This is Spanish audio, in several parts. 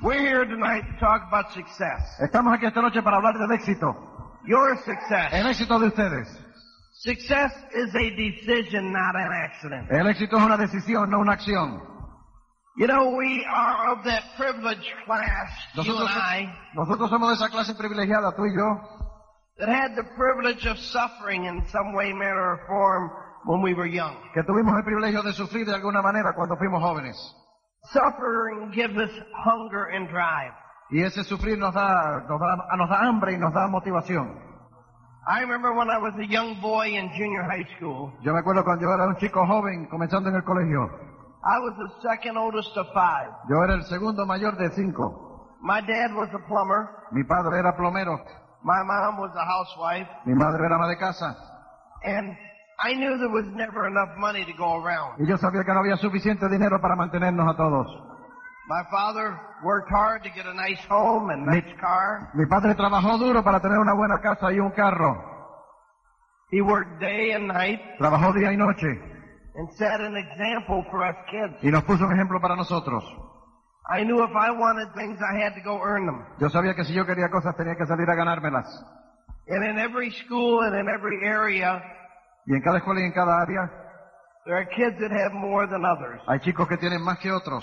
We're here tonight to talk about success. Estamos aquí esta noche para hablar del éxito. Your success. El éxito de ustedes. Success is a decision, not an accident. El éxito es una decisión, no una acción. You know, we are of that privileged class, you and Nosotros, I, nosotros somos de esa clase privilegiada, tú y yo, that had the privilege of suffering in some way, manner, or form when we were young. que tuvimos el privilegio de sufrir de alguna manera cuando fuimos jóvenes. Suffering gives us hunger and drive. Y ese sufrir nos da, nos da, nos da hambre y nos da motivación. I remember when I was a young boy in junior high school, Yo me acuerdo cuando yo era un chico joven, comenzando en el colegio. I was the second oldest of five. Yo era el segundo mayor de cinco. My dad was a plumber. Mi padre era plomero, My mom was a housewife. mi madre era ama de casa. And I knew there was never enough money to go around. Y yo sabía que no había suficiente dinero para mantenernos a todos. My father worked hard to get a nice home and nice car. Mi padre trabajó duro para tener una buena casa y un carro. He worked day and night Trabajó día y noche. and set an example for us kids. Y nos puso un ejemplo para nosotros. I knew if I wanted things, I had to go earn them. Yo sabía que si yo quería cosas tenía que salir a ganármelas. And in every school and in every area, Y en cada escuela y en cada área there are kids that have more than others. hay chicos que tienen más que otros.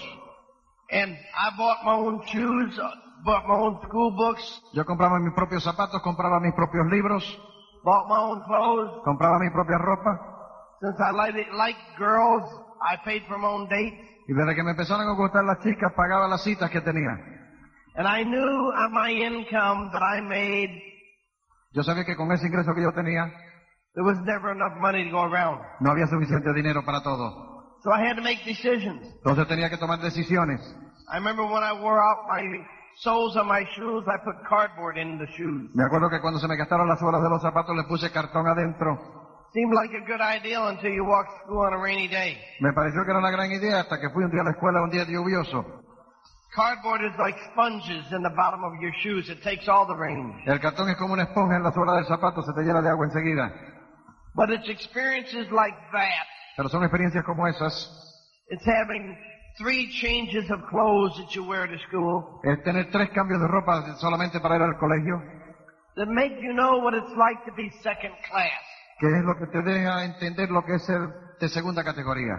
And I bought my own shoes, uh, bought my own school books, Yo compraba mis propios zapatos, compraba mis propios libros, bought my own clothes. compraba mi propia ropa. Since I liked, liked girls, I paid for my own dates. Y desde que me empezaron a gustar las chicas pagaba las citas que tenía. And I knew on my income that I made, Yo sabía que con ese ingreso que yo tenía there was never enough money to go around. no había suficiente dinero para todo. So I had to make decisions. Entonces tenía que tomar decisiones. I remember when I wore out my soles on my shoes, I put cardboard in the shoes. Me acuerdo que cuando se me gastaron las suelas de los zapatos le puse cartón adentro. Seemed like a good idea until you walk to school on a rainy day. Me pareció que era una gran idea hasta que fui un día a la escuela un día lluvioso. Cardboard is like sponges in the bottom of your shoes. It takes all the rain. El cartón es como una esponja en la suela del zapato, se te llena de agua enseguida. But it's experiences like that. Pero son experiencias como esas. It's having three changes of clothes that you wear to school Es tener tres cambios de ropa solamente para ir al colegio, that make you know what it's like to be second class. que es lo que te deja entender lo que es ser de segunda categoría.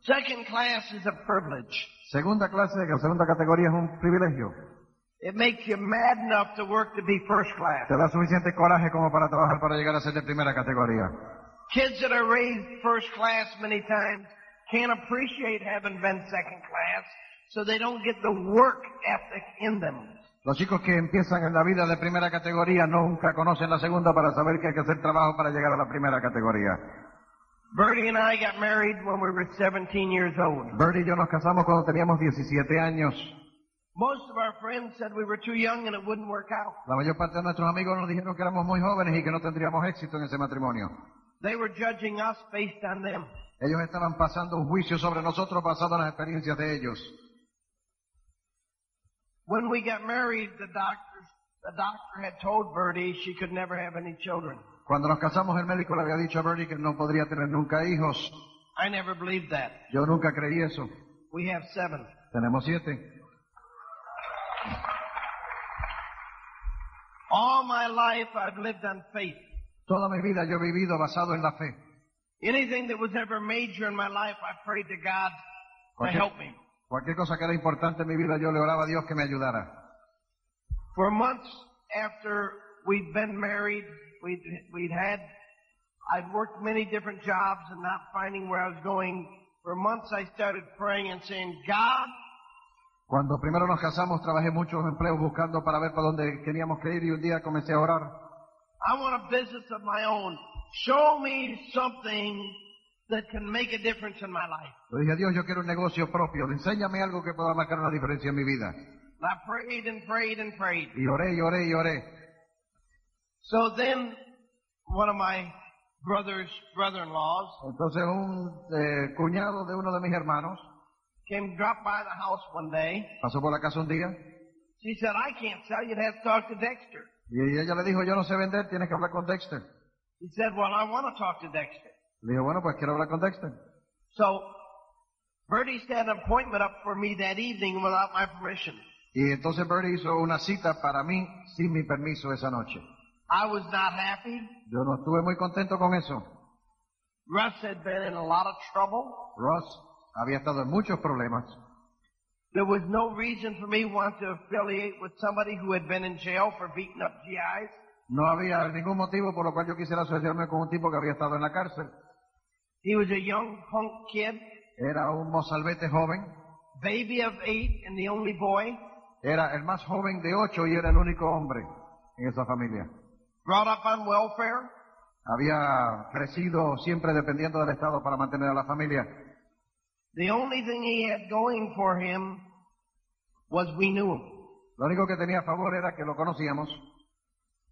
Second class is a privilege. Segunda clase, que la segunda categoría es un privilegio. It makes you mad enough to work to be first class. Te da suficiente coraje como para trabajar para llegar a ser de primera categoría. Kids that are raised first class many times can't appreciate having been second class, so they don't get the work ethic in them. Los chicos que empiezan en la vida de primera categoría nunca conocen la segunda para saber que hay que hacer trabajo para llegar a la primera categoría. Bertie and I got married when we were 17 years old. Bertie y yo nos casamos cuando teníamos 17 años. Most of our friends said we were too young and it wouldn't work out. La mayor parte de nuestros amigos nos dijeron que éramos muy jóvenes y que no tendríamos éxito en ese matrimonio. They were judging us based on them. Ellos estaban pasando un juicio sobre nosotros basado en las experiencias de ellos. When we got married, the doctor, the doctor had told Bertie she could never have any children. Cuando nos casamos, el médico le había dicho a Bertie que no podría tener nunca hijos. I never believed that. Yo nunca creí eso. We have seven. Tenemos siete. All my life I've lived on faith. Toda mi vida yo he vivido basado en la fe. Anything that was ever major in my life, I prayed to God to Okay. help me. Cualquier cosa que era importante en mi vida, yo le oraba a Dios que me ayudara. For months after we'd been married, we'd, we'd had, I'd worked many different jobs and not finding where I was going. For months I started praying and saying, God, Cuando primero nos casamos, trabajé muchos empleos buscando para ver para dónde teníamos que ir y un día comencé a orar. I want a business of my own. Show me something that can make a difference in my life. Le dije a Dios, yo quiero un negocio propio. Enséñame algo que pueda marcar una diferencia en mi vida. And I prayed and prayed and prayed. Y oré, y oré, y oré. So then one of my brother's brother-in-laws Entonces un eh, cuñado de uno de mis hermanos came dropped by the house one day. pasó por la casa un día She said, I can't sell you. You'd have to talk to Dexter. y ella le dijo, yo no sé vender, tienes que hablar con Dexter. He said, well, I want to talk to Dexter. Le dije, bueno, pues quiero hablar con Dexter. So Bertie set an appointment up for me that evening without my permission. Y entonces Bernie hizo una cita para mí sin mi permiso esa noche. I was not happy. Yo no estuve muy contento con eso. Russ had been in a lot of trouble. Ross había estado en muchos problemas. There was no reason for me want to affiliate with somebody who had been in jail for beating up GIs. No había ningún motivo por lo cual yo quisiera asociarme con un tipo que había estado en la cárcel. He was a young punk kid, Era un mozalbete joven, baby of eight and the only boy, era el más joven de ocho y era el único hombre en esa familia. brought up on welfare. Había crecido siempre dependiendo del Estado para mantener a la familia. The only thing he had going for him was we knew him. Lo único que tenía a favor era que lo conocíamos.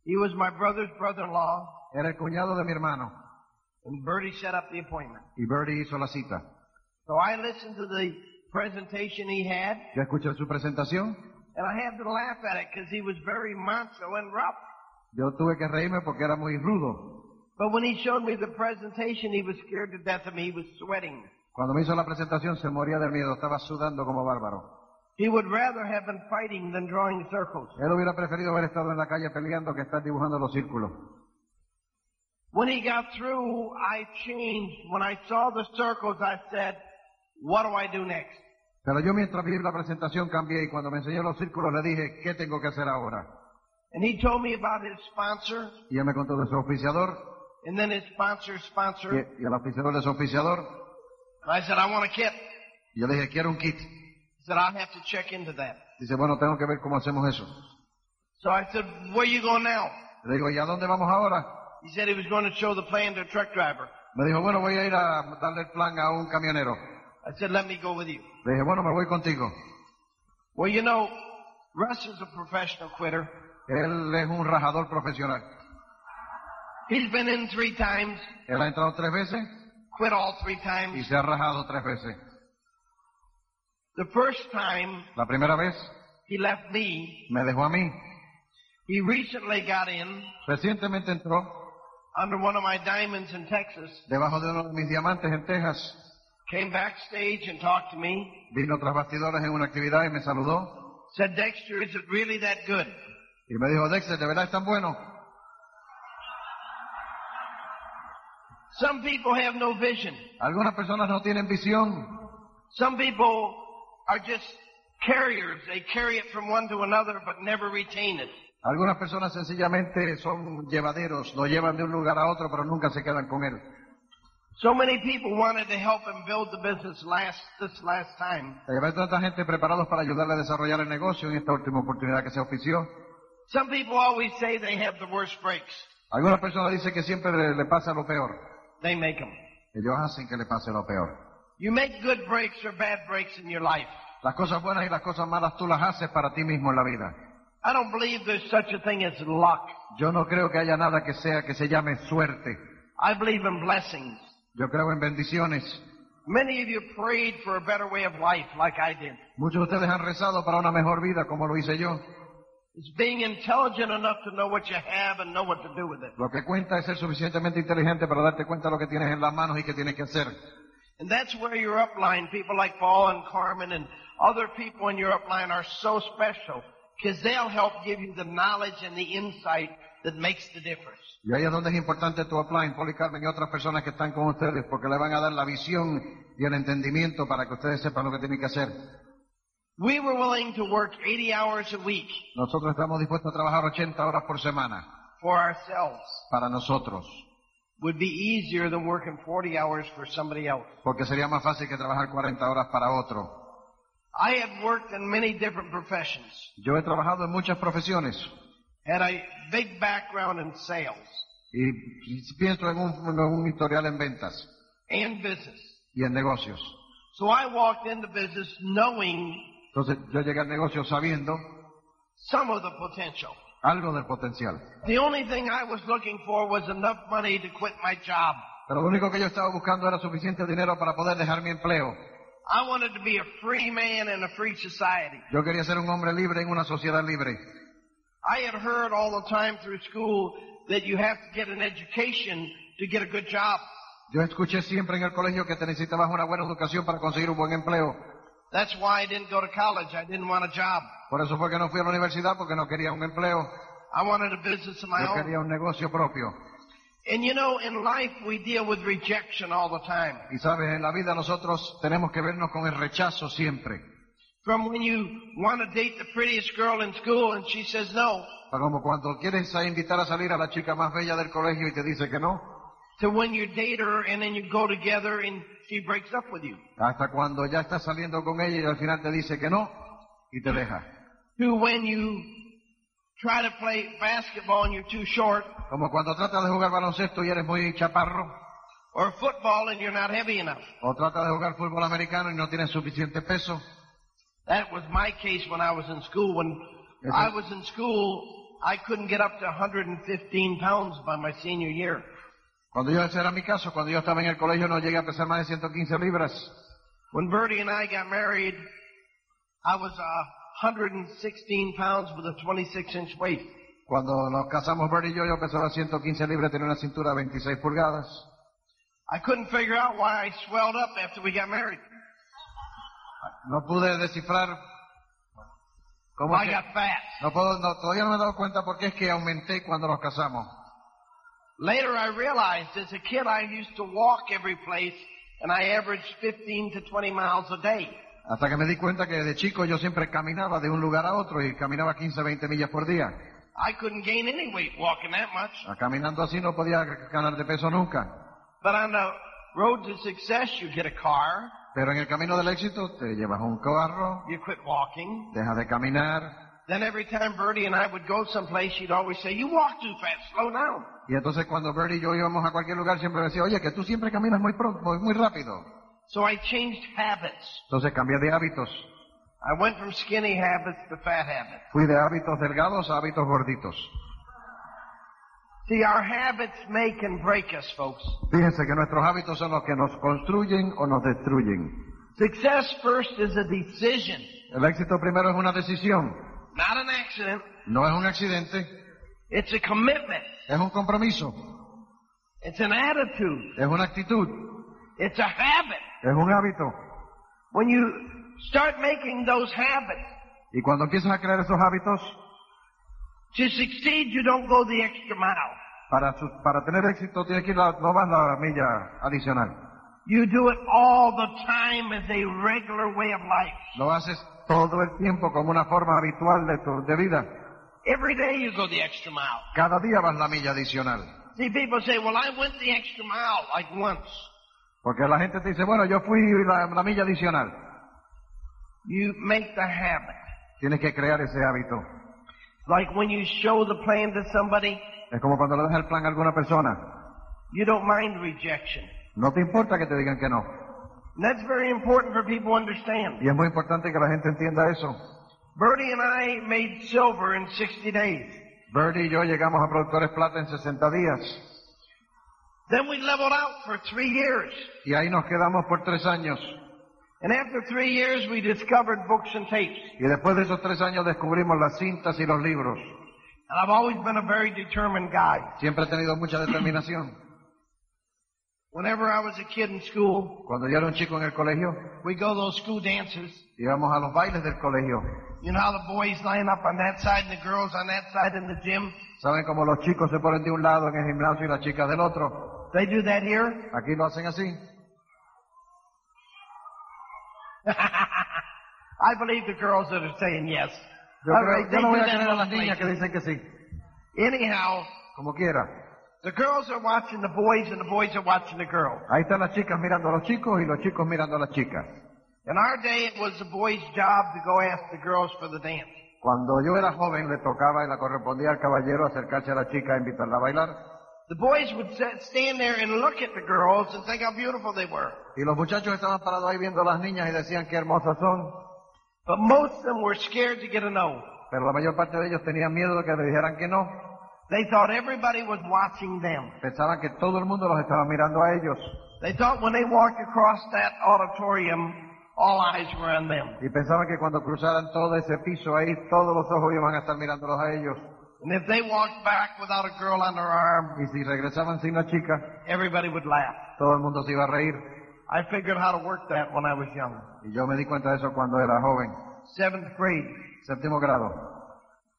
He was my brother's brother-in-law, Era el cuñado de mi hermano. and Bertie set up the appointment. Y Bertie hizo la cita. So I listened to the presentation he had, Yo escuché su presentación. and I had to laugh at it because he was very macho and rough. Yo tuve que reírme porque era muy rudo. But when he showed me the presentation, he was scared to death of me. He was sweating. Cuando me hizo la presentación se moría del miedo. Estaba sudando como bárbaro. He would rather have been fighting than drawing circles. Él hubiera preferido haber estado en la calle peleando que estar dibujando los círculos. When he got through, I changed. When I saw the circles, I said, what do I do next? Pero yo mientras vi la presentación cambié y cuando me enseñó los círculos le dije, ¿qué tengo que hacer ahora? And he told me about his sponsor, Y él me contó de su oficiador and then his sponsor's sponsor. y, y el oficiador de su oficiador. And I said, I want a kit. Y yo le dije, quiero un kit. He said, I'll have to check into that. Dice, bueno, tengo que ver cómo hacemos eso. So I said, where you going now? Le digo, ¿y a dónde vamos ahora? He said he was going to show the plan to a truck driver. Me dijo, bueno, voy a ir a darle el plan a un camionero. I said, let me go with you. Le dije, bueno, me voy contigo. Well, you know, Russ is a professional quitter. Él es un rajador profesional. He's been in three times, Él ha entrado tres veces quit all three y times. se ha rajado tres veces. The first time La primera vez he left me, me dejó a mí. he recently got in Recientemente entró under one of my diamonds in Texas, debajo de uno de mis diamantes en Texas. came backstage and talked to me, Vino tras bastidores en una actividad y me saludó. said, Dexter, is it really that good? Y me dijo, Dexter, ¿de verdad es tan bueno? Some people have no vision. Algunas personas no tienen visión. Some people are just carriers. They carry it from one to another, but never retain it. Algunas personas sencillamente son llevaderos, lo llevan de un lugar a otro, pero nunca se quedan con él. So many people wanted to help him build the business last, this last time. Hay tanta gente preparados para ayudarle a desarrollar el negocio en esta última oportunidad que se ofició. Some people always say they have the worst breaks. Algunas personas dicen que siempre le, le pasa lo peor. They make them. Ellos hacen que le pase lo peor. You make good breaks or bad breaks in your life. Las cosas buenas y las cosas malas tú las haces para ti mismo en la vida. I don't believe there's such a thing as luck. Yo no creo que haya nada que sea que se llame suerte. I believe in blessings. Yo creo en bendiciones. Many of you prayed for a better way of life like I did. Muchos de ustedes han rezado para una mejor vida como lo hice yo. It's being intelligent enough to know what you have and know what to do with it. Lo que cuenta es ser suficientemente inteligente para darte cuenta de lo que tienes en las manos y que tienes que hacer. And that's where your upline, people like Paul and Carmen and other people in your upline are so special because they'll help give you the knowledge and the insight that makes the difference. Y ahí es donde es importante tu upline, Poli Carmen y otras personas que están con ustedes, porque le van a dar la visión y el entendimiento para que ustedes sepan lo que tienen que hacer. We were willing to work 80 hours a week Nosotros estamos dispuestos a trabajar 80 horas por semana for ourselves para nosotros, would be easier than working 40 hours for somebody else. porque sería más fácil que trabajar 40 horas para otro. I have worked in many different professions, Yo he trabajado en muchas profesiones had a big background in sales y pienso en un, en un historial en ventas and business. y en negocios. So I walked into business knowing Entonces yo llegué al negocio sabiendo some of the potential. algo del potencial. The only thing I was looking for was enough money to quit my job. Pero lo único que yo estaba buscando era suficiente dinero para poder dejar mi empleo. I wanted to be a free man in a free society. Yo quería ser un hombre libre en una sociedad libre. I had heard all the time through school that you have to get an education to get a good job. Yo escuché siempre en el colegio que te necesitabas una buena educación para conseguir un buen empleo. That's why I didn't go to college. I didn't want a job. Por eso fue que no fui a la universidad, porque no quería un empleo, I wanted a business of my yo own. quería un negocio propio. And you know, in life we deal with rejection all the time. Y sabes, en la vida nosotros tenemos que vernos con el rechazo siempre. From when you want to date the prettiest girl in school and she says no, Como cuando quieres a invitar a salir a la chica más bella del colegio y te dice que no, to when you date her and then you go together and she breaks up with you. hasta cuando ya estás saliendo con ella y al final te dice que no y te deja. To when you try to play basketball and you're too short, Como cuando tratas de jugar baloncesto y eres muy chaparro, or football and you're not heavy enough. o tratas de jugar fútbol americano y no tienes suficiente peso. That was my case when I was in school. When Yes, I sir. was in school, I couldn't get up to 115 pounds by my senior year. Cuando yo, ese era mi caso, cuando yo estaba en el colegio no llegué a pesar más de 115 libras. When Bertie and I got married, I was uh, 116 pounds with a 26 inch waist. Cuando nos casamos Bert y yo, yo pesaba 115 libras, tenía una cintura de 26 pulgadas. I couldn't figure out why I swelled up after we got married. No pude descifrar cómo I es que- got fat. No puedo, no, todavía no me he dado cuenta por qué es que aumenté cuando nos casamos. Later I realized as a kid I used to walk every place and I averaged 15 to 20 miles a day. Hasta que me di cuenta que de chico yo siempre caminaba de un lugar a otro y caminaba 15, 20 millas por día. Ah, I couldn't gain any weight walking that much. Caminando así no podía ganar de peso nunca. But on the road to success, you get a car, Pero en el camino del éxito te llevas un carro, you quit walking. dejas de caminar. Then every time Bertie and I would go someplace, she'd always say, you walk too fast, slow down. Y entonces cuando Bert y yo íbamos a cualquier lugar siempre me decía, oye, que tú siempre caminas muy pronto, muy, muy rápido. So I changed habits. Entonces cambié de hábitos. I went from skinny habits to fat habits. Fui de hábitos delgados a hábitos gorditos. See, our habits make and break us, folks. Fíjense que nuestros hábitos son los que nos construyen o nos destruyen. Success first is a decision, El éxito primero es una decisión. not an accident. No es un accidente, It's a commitment. es un compromiso, It's an attitude. es una actitud, It's a habit. es un hábito. When you start making those habits Y cuando empiezas a crear esos hábitos, to succeed, you don't go the extra mile. para, su- para tener éxito tienes que ir, la, no vas la milla adicional. You do it all the time as a regular way of life. Lo haces todo el tiempo como una forma habitual de, tu, de vida. Every day you go the extra mile. Cada día vas la milla adicional. See, people say, well, I went the extra mile like once. Porque la gente te dice, bueno, yo fui la, la milla adicional. You make the habit. Tienes que crear ese hábito. Like when you show the plan to somebody, Es como cuando le das el plan a alguna persona. you don't mind rejection. No te importa que te digan que no. And that's very important for people to understand. Y es muy importante que la gente entienda eso. Bertie and I made silver in 60 days. Bernie y yo llegamos a Productores Plata en 60 días Then we leveled out for three years. y ahí nos quedamos por tres años. And after three years, we discovered books and tapes. Y después de esos tres años descubrimos las cintas y los libros. And I've always been a very determined guy. Siempre he tenido mucha determinación. Whenever I was a kid in school, Cuando yo era un chico en el colegio, we go those school dances. íbamos a los bailes del colegio. You know how the boys line up on that side and the girls on that side in the gym? ¿Saben cómo los chicos se ponen de un lado en el gimnasio y las chicas del otro? They do that here. Aquí lo hacen así. I believe the girls that are saying yes. Yo, All creo- right, yo they no voy do a that creer a in las other niñas que places. dicen que sí. Anyhow, Como quiera. the girls are watching the boys and the boys are watching the girls. Ahí están las chicas mirando a los chicos y los chicos mirando a las chicas. In our day, it was the boys' job to go ask the girls for the dance. Cuando yo era joven le tocaba y la correspondía al caballero acercarse a la chica e invitarla a bailar. The boys would sit, stand there and look at the girls and think how beautiful they were. Y los muchachos estaban parados ahí viendo a las niñas y decían qué hermosas son, But most of them were scared to get a no. pero la mayor parte de ellos tenían miedo de que le dijeran que no. They thought everybody was watching them. Pensaban que todo el mundo los estaba mirando a ellos They thought when they walked across that auditorium, all eyes were on them. y pensaban que cuando cruzaran todo ese piso ahí, todos los ojos iban a estar mirándolos a ellos. And if they walked back without a girl on their arm, Y si regresaban sin la chica, everybody would laugh. todo el mundo se iba a reír. I figured how to work that when I was young. Y yo me di cuenta de eso cuando era joven. Seventh grade. Séptimo grado.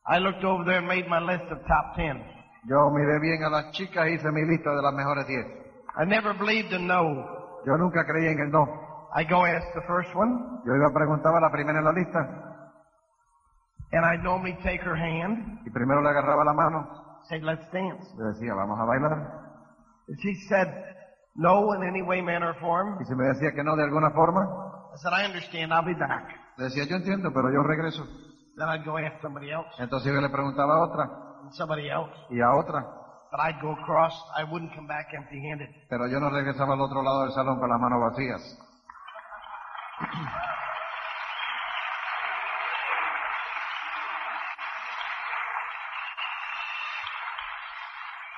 I looked over there and made my list of top ten. Yo miré bien a las chicas e hice mi lista de las mejores 10. I never believed in no. Yo nunca creí en el no. I go ask the first one, Yo iba preguntaba a la primera en la lista and I normally take her hand, y primero le agarraba la mano. say, let's dance. Le decía, vamos a bailar. If she said no in any way, manner, or form, Y si me decía que no de alguna forma, I said, I understand, I'll be back. le decía, yo entiendo, pero yo regreso. Then I'd go ask somebody else, Entonces yo le preguntaba a otra and somebody else, y a otra, but I'd go across, I wouldn't come back empty handed. pero yo no regresaba al otro lado del salón con las manos vacías.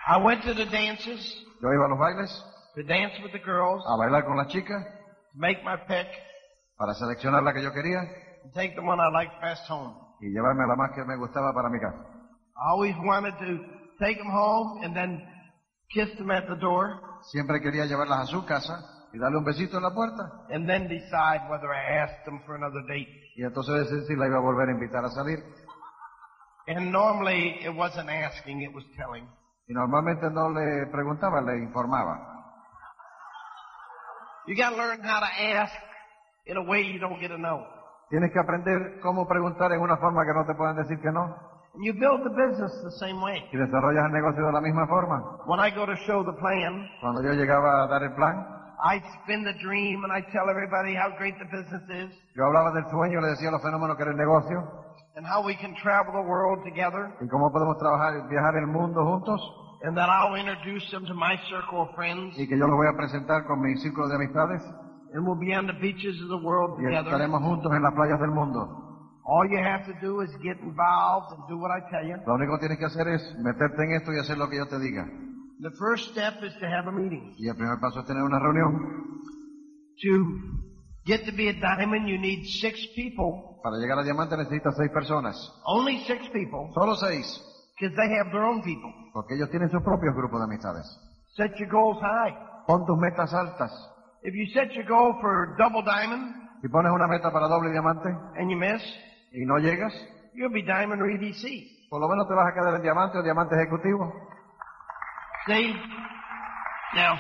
I went to the dances Yo iba a los bailes, to dance with the girls, a bailar con las chicas, to make my pick, para seleccionar la que yo quería and take the one I liked best home. y llevarme la más que me gustaba para mi casa. I always wanted to take them home and then kiss them at the door Siempre quería llevarlas a su casa y darle un besito en la puerta and then decide whether I asked them for another date. y entonces decir si la iba a volver a invitar a salir. And normally it wasn't asking, it was telling. Y normalmente no le preguntaba, le informaba. You gotta learn how to ask in a way you don't get a no. Tienes que aprender cómo preguntar en una forma que no te puedan decir que no. And you build the business the same way. Y desarrollas el negocio de la misma forma. When I go to show the plan, Cuando yo llegaba a dar el plan, I spin the dream and I tell everybody how great the business is yo hablaba del sueño, le decía los fenómenos que era el negocio and how we can travel the world together. y cómo podemos trabajar, viajar el mundo juntos And then I'll introduce them to my circle of friends y que yo los voy a presentar con mi círculo de amistades and we'll be on the beaches of the world y together. estaremos juntos en las playas del mundo. All you have to do is get involved and do what I tell you. Lo único que tienes que hacer es meterte en esto y hacer lo que yo te diga. The first step is to have a meeting. Y el primer paso es tener una reunión. To get to be a diamond, you need six people, Para llegar a diamante necesitas seis personas. only six people, Solo seis. because they have their own people. Porque ellos tienen sus propios grupos de amistades. Set your goals high. Pon tus metas altas. If you set your goal for double diamond Si pones una meta para doble diamante and you miss, y no llegas, you'll be diamond or EDC. por lo menos te vas a quedar en diamante o diamante ejecutivo. See? Now,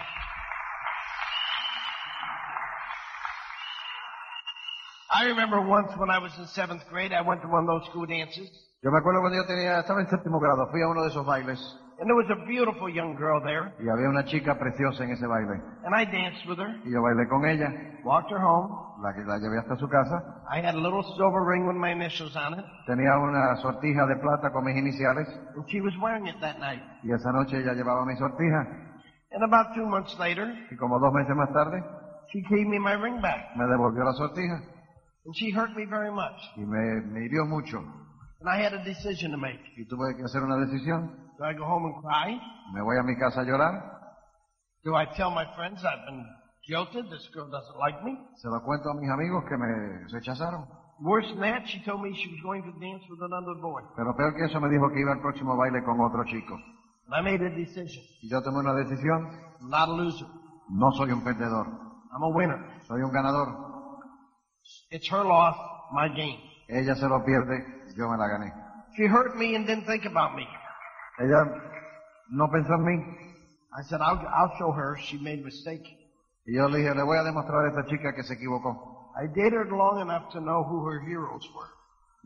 I remember once when I was in seventh grade, I went to one of those school dances, Yo me acuerdo cuando yo tenía, estaba en séptimo grado, fui a uno de esos bailes and there was a beautiful young girl there, y había una chica preciosa en ese baile. and I danced with her, Y yo bailé con ella, walked her home. la que la llevé hasta su casa. I had a little silver ring with my initials on it, Tenía una sortija de plata con mis iniciales and she was wearing it that night. y esa noche ella llevaba mi sortija. And about two months later, Y como dos meses más tarde, she gave me my ring back, me devolvió la sortija and she hurt me very much, y me, me hirió mucho. and I had a decision to make. Y tuve que hacer una decisión. Do I go home and cry? Me voy a mi casa a llorar, Do I tell my friends I've been jilted, this girl doesn't like me? se lo cuento a mis amigos que me rechazaron. Worse than that, she told me she was going to dance with another boy. Pero peor que eso me dijo que iba al próximo baile con otro chico. And I made a decision. Y yo tomé una decisión. I'm not a loser. No soy un perdedor, I'm a winner. soy un ganador. It's her loss, my gain. Ella se lo pierde, yo me la gané. She hurt me and didn't think about me. Ella no pensó en mí. I said, I'll, I'll show her she made a mistake. Y yo le dije, le voy a demostrar a esta chica que se equivocó. I dated her long enough to know who her heroes were.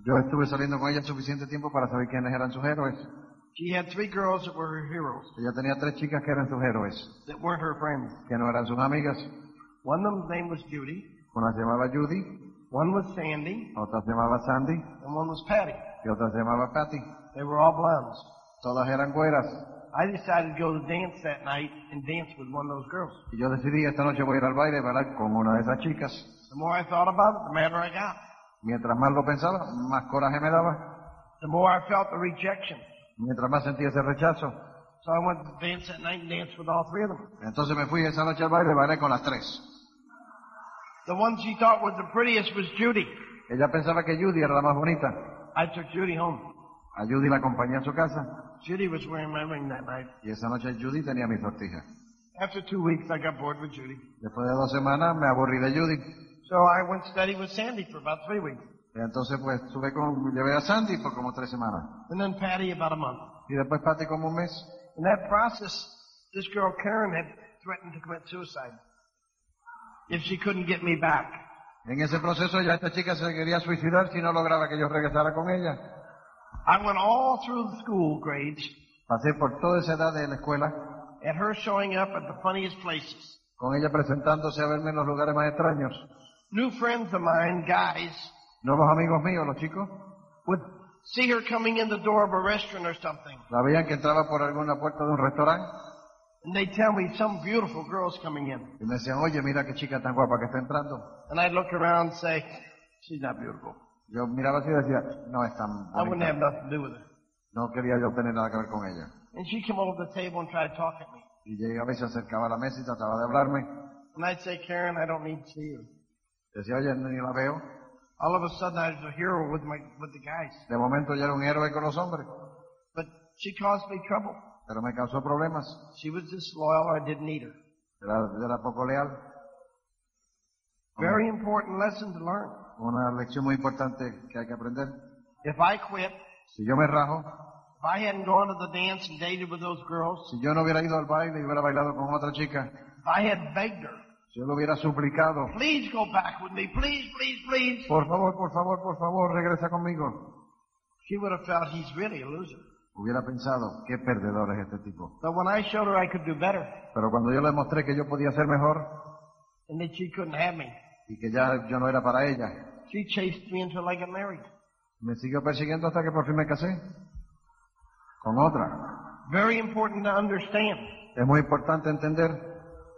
Yo estuve saliendo con ella suficiente tiempo para saber quiénes eran sus héroes. She had three girls that were her heroes Ella tenía tres chicas que eran sus héroes, that weren't her friends. que no eran sus amigas. One of them's name was Judy, Una se llamaba Judy, one was Sandy, otra se llamaba Sandy and one was Patty. y otra se llamaba Patty. They were all blondes. Todas eran güeras. I decided to go to dance that night and dance with one of those girls. Y yo decidí, esta noche voy a ir al baile, ¿verdad? Con una de esas chicas. The more I thought about it, the madder I got. Mientras más lo pensaba, más coraje me daba. The more I felt the rejection. Mientras más sentía ese rechazo. So I went to dance that night and danced with all three of them. Entonces me fui esa noche al baile, bailé con las tres. The one she thought was the prettiest was Judy. Ella pensaba que Judy era la más bonita. I took Judy home. A Judy la acompañé a su casa. Judy was wearing my ring that night. Y esa noche Judy tenía mi sortija. After two weeks, I got bored with Judy. Después de dos semanas me aburrí de Judy. So I went steady with Sandy for about three weeks. Y entonces pues estuve con, llevé a Sandy por como tres semanas. And then Patty about a month. Y después Patty como un mes. In that process, this girl Karen had threatened to commit suicide if she couldn't get me back. En ese proceso ya esta chica se quería suicidar si no lograba que yo regresara con ella. I went all through the school grades Pasé por toda esa edad de la escuela, at her showing up at the funniest places. con ella presentándose a verme en los lugares más extraños. New friends of mine, guys, Nuevos amigos míos, los chicos, would see her coming in the door of a restaurant or something, la veían que entraba por alguna puerta de un restaurante and they'd tell me some beautiful girl's coming in. y me decían, oye, mira qué chica tan guapa que está entrando. And I'd look around and say, she's not beautiful. Yo miraba así y decía, no es tan I wouldn't have bonita. nothing to do with her. No quería yo tener nada que ver con ella. And she'd come over to the table and try to talk at me. Y llegaba y se acercaba a la mesa y trataba de hablarme. And I'd say, Karen, I don't need to see you. Decía, oye, ni la veo. All of a sudden I was a hero with my, with the guys. De momento yo era un héroe con los hombres, But she caused me trouble. pero me causó problemas. She was disloyal. I didn't need her. Era, era poco leal. Very important lesson to learn. Una lección muy importante que hay que aprender. If I quit, Si yo me rajo, if I hadn't gone to the dance and dated with those girls, si yo no hubiera ido al baile y hubiera bailado con otra chica, if I had begged her, si yo lo hubiera suplicado, please go back with me, please, please, please, por favor, por favor, por favor, regresa conmigo, she would have felt he's really a loser. hubiera pensado, qué perdedor es este tipo. But when I showed her I could do better Pero cuando yo le mostré que yo podía ser mejor and that she couldn't have me, y que ya yo no era para ella, she chased me until I got married. me siguió persiguiendo hasta que por fin me casé con otra. Very important to understand. Es muy importante entender.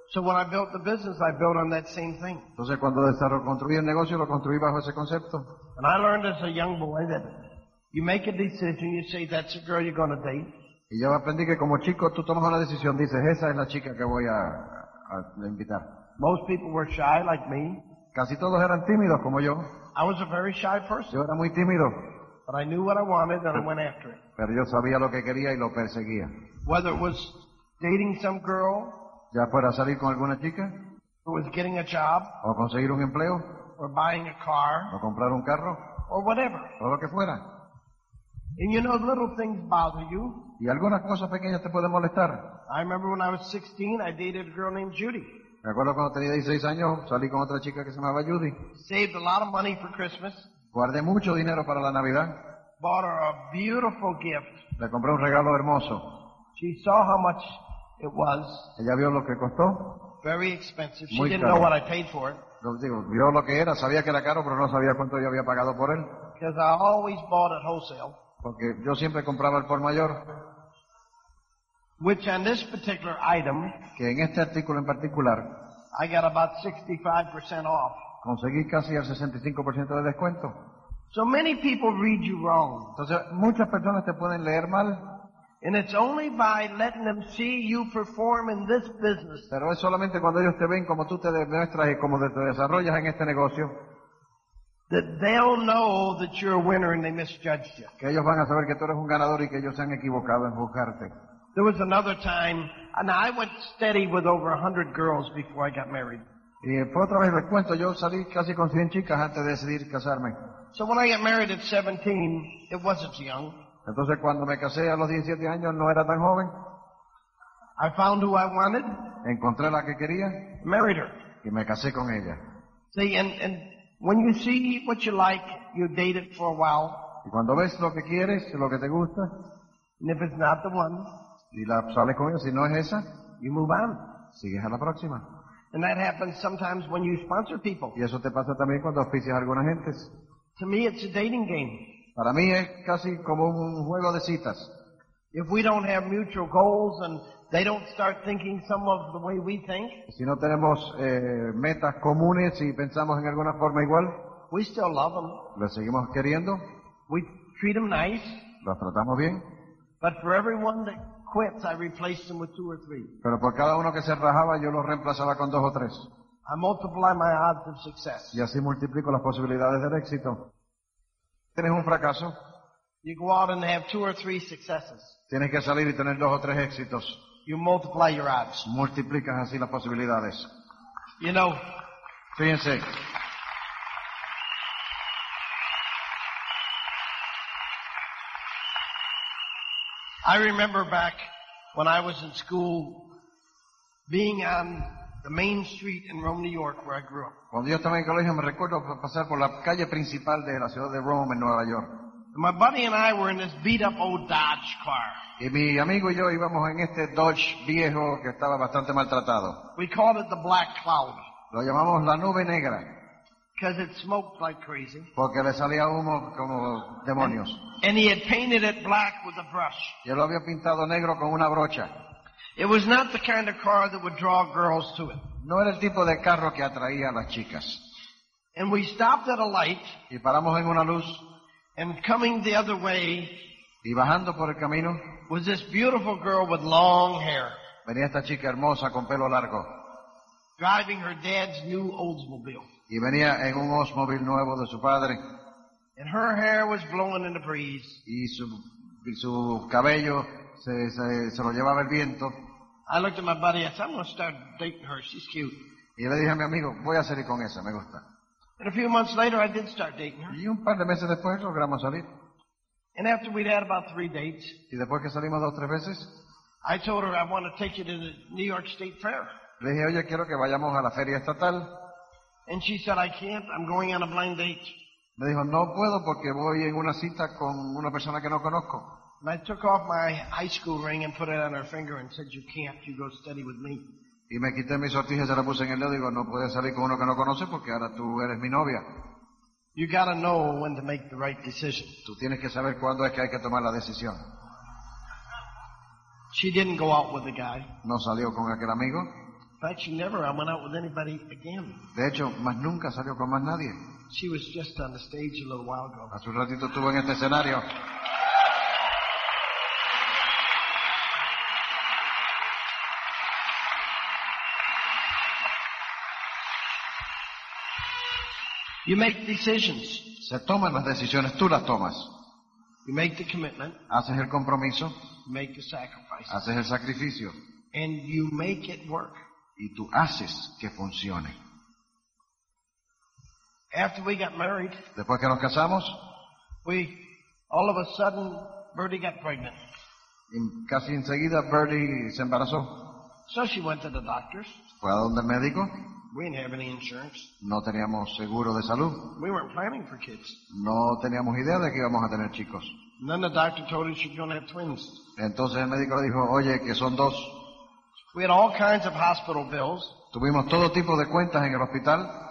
So when I built the business, I built on that same thing. Entonces cuando desarrollé, construí el negocio, lo construí bajo ese concepto. And I learned as a young boy that you make a decision, you say that's a girl you're going to date. Y yo aprendí que como chico tú tomas una decisión, dices, esa es la chica que voy a, a invitar. Most people were shy like me. Casi todos eran tímidos como yo. I was a very shy person, Yo era muy tímido, but I knew what I wanted and I went after it. pero yo sabía lo que quería y lo perseguía. Whether it was dating some girl, Ya fuera a salir con alguna chica, or was getting a job, o conseguir un empleo, or buying a car, o comprar un carro, or whatever. o lo que fuera. And you know, little things bother you. Y algunas cosas pequeñas te pueden molestar. I remember when I was 16, I dated a girl named Judy. Me acuerdo cuando tenía 16 años, salí con otra chica que se llamaba Judy. Saved a lot of money for Christmas, Guardé mucho dinero para la Navidad. bought her a beautiful gift. Le compré un regalo hermoso. She saw how much it was, Ella vio lo que costó. very expensive. She Muy didn't caro. know what I paid for it. Yo digo, vio lo que era, sabía que era caro, pero no sabía cuánto yo había pagado por él. Because I always bought at wholesale, Porque yo siempre compraba el por mayor, which on this particular item, que en este artículo en particular I got about 65% off. conseguí casi el 65% de descuento. So many people read you wrong. Entonces, muchas personas te pueden leer mal, And it's only by letting them see you perform in this business pero es solamente cuando ellos te ven como tú te demuestras y como te desarrollas en este negocio, that they'll know that you're a winner and they misjudged you. que ellos van a saber que tú eres un ganador y que ellos se han equivocado en juzgarte. There was another time, and I went steady with over a hundred girls before I got married. Y fue otra vez les cuento, yo salí casi con 100 chicas antes de decidir casarme. So when I got married at 17, it wasn't young. Entonces, cuando me casé a los 17 años, no era tan joven, I found who I wanted, encontré la que quería married her. y me casé con ella. See, and, and when you see what you like, you date it for a while, Y cuando ves lo que quieres, lo que te gusta, and if it's not the one, y la sales con ella, si no es esa, you move on. sigues a la próxima. And that happens sometimes when you sponsor people. Y eso te pasa también cuando auspicias a algunas gentes. To me, it's a dating game. Para mí es casi como un juego de citas. If we don't have mutual goals and they don't start thinking some of the way we think, Si no tenemos eh, metas comunes y pensamos en alguna forma igual, we still love them. las seguimos queriendo, We treat them nice, las tratamos bien, but for everyone that quits, I replace them with two or three. pero por cada uno que se rajaba yo los reemplazaba con dos o tres. I multiply my odds of success. Y así multiplico las posibilidades del éxito. Tienes un fracaso, You go out and have two or three successes. tienes que salir y tener dos o tres éxitos. you multiply your odds. Multiplicas así las posibilidades. You know, Fíjense, I remember back when I was in school being on the main street in Rome, New York, where I grew up. cuando yo estaba en el colegio me recuerdo pa- pasar por la calle principal de la ciudad de Rome, en Nueva York. And my buddy and I were in this beat up old Dodge car. Y mi amigo y yo íbamos en este Dodge viejo que estaba bastante maltratado. We called it the Black Cloud Lo llamamos la nube negra, because it smoked like crazy. porque le salía humo como demonios. And he had painted it black with a brush. Yo lo había pintado negro con una brocha. It was not the kind of car that would draw girls to it. No era el tipo de carro que atraía a las chicas. And we stopped at a light Y paramos en una luz and coming the other way y bajando por el camino was this beautiful girl with long hair venía esta chica hermosa con pelo largo driving her dad's new Oldsmobile. y venía en un Oldsmobile nuevo de su padre And her hair was blowing in the breeze. y su, y su cabello se, se- se lo llevaba el viento. I looked at my buddy. I said, I'm going to start dating her. She's cute. Y le dije a mi amigo, voy a salir con esa, me gusta. And a few months later, I did start dating her. Y un par de meses después logramos salir. And after we'd had about three dates, Y después que salimos dos o tres veces, I told her I want to take you to the New York State Fair. le dije, oye, quiero que vayamos a la feria estatal. And she said, I can't. I'm going on a blind date. Me dijo, no puedo porque voy en una cita con una persona que no conozco. And I took off my high school ring and put it on her finger and said, you can't. You go study with me. Y me quité mi sortija y se la puse en el dedo y digo, no puedes salir con uno que no conoces porque ahora tú eres mi novia. You got to know when to make the right decision. Tú tienes que saber cuándo es que hay que tomar la decisión. She didn't go out with a guy. No salió con aquel amigo. In fact, she never went out with anybody again. De hecho, más nunca salió con más nadie. She was just on the stage a little while ago. Hace un ratito estuvo en este escenario. You make decisions. Se toman las decisiones, tú las tomas. You make the commitment. Haces el compromiso, You make the sacrifice. haces el sacrificio and you make it work. y tú haces que funcione. After we got married, Después que nos casamos, we all of a sudden Bertie got pregnant. en- casi enseguida Birdie se embarazó. So she went to the doctors. Fue a donde el médico, We didn't have any insurance. no teníamos seguro de salud, We weren't planning for kids. no teníamos idea de que íbamos a tener chicos. And then the doctor told us she's going to have twins. Entonces el médico le dijo, oye, que son dos. We had all kinds of hospital bills. Tuvimos todo tipo de cuentas en el hospital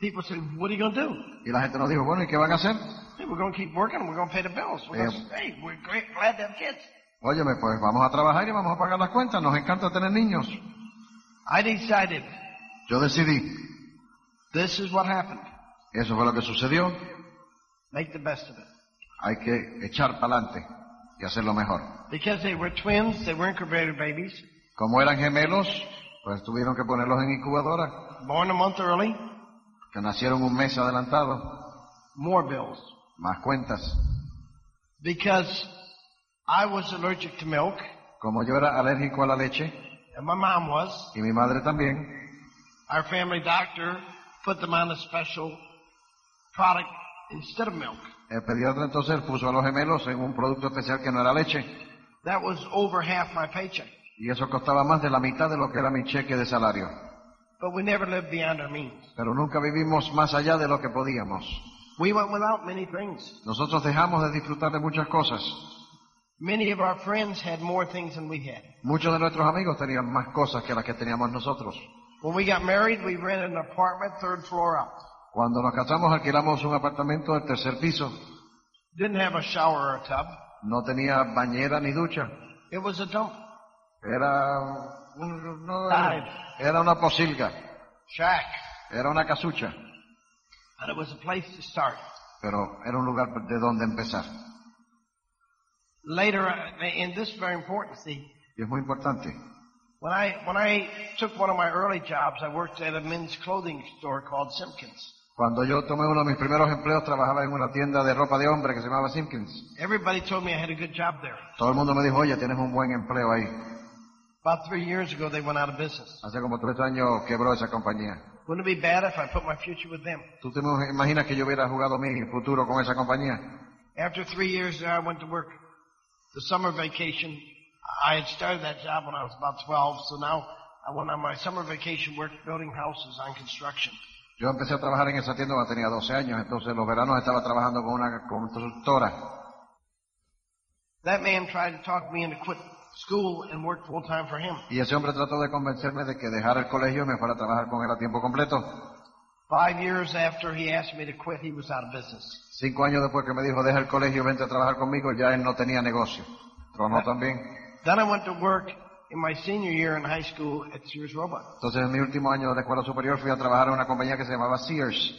People said, "What are you going to do? y la gente nos dijo, bueno, ¿y qué van a hacer? Hey, we're going to keep working. and We're going to pay the bills. We're gonna, hey, we're great, glad to have kids." Óyeme, pues vamos a trabajar y vamos a pagar las cuentas, nos encanta tener niños. I decided Yo decidí, this is what happened. eso fue lo que sucedió, Make the best of it. hay que echar para adelante y hacerlo mejor. Because they were twins, they were incubator babies, Como eran gemelos, pues tuvieron que ponerlos en incubadora, born a month early, que nacieron un mes adelantado, more bills. más cuentas. because I was allergic to milk, Como yo era alérgico a la leche, and my mom was. y mi madre también, Our family doctor put them on a special product instead of milk. el pediatra entonces puso a los gemelos en un producto especial que no era leche, That was over half my paycheck, y eso costaba más de la mitad de lo que era mi cheque de salario. but we never lived beyond our means. Pero nunca vivimos más allá de lo que podíamos. We went without many things. Nosotros dejamos de disfrutar de muchas cosas. Many of our friends had more things than we had. Muchos de nuestros amigos tenían más cosas que las que teníamos nosotros. When we got married, we rented an apartment third floor up. Cuando nos casamos alquilamos un apartamento del tercer piso. Didn't have a shower or a tub. No tenía bañera ni ducha. It was a dump Era, un- no era, era una posilga. shack, Era una casucha. but it was a place to start. Pero era un lugar de donde empezar. Later, uh, and this is very important, see, Y es muy importante. When I, when I took one of my early jobs, I worked at a men's clothing store called Simpkins. Cuando yo tomé uno de mis primeros empleos, trabajaba en una tienda de ropa de hombre que se llamaba Simpkins. Everybody told me I had a good job there. Todo el mundo me dijo, oye, tienes un buen empleo ahí. About three years ago, they went out of business. Hace como tres años quebró esa compañía. Wouldn't it be bad if I put my future with them? ¿Tú te imaginas que yo hubiera jugado mi futuro con esa compañía? After three years there, I went to work. The summer vacation, I had started that job when I was about 12, so now I went on my summer vacation work building houses on construction. Yo empecé a trabajar en esa tienda cuando tenía 12 años, entonces los veranos estaba trabajando con una constructora. That man tried to talk me into quit school and work full time for him. Y ese hombre trató de convencerme de que dejara el colegio y me fuera a trabajar con él a tiempo completo. Five years after he asked me to quit, he was out of business. Cinco años después que me dijo, deja el colegio, vente a trabajar conmigo, ya él no tenía negocio. Tronó también. Then I went to work in my senior year in high school at Sears Roebuck. Entonces en mi último año de la escuela superior fui a trabajar en una compañía que se llamaba Sears.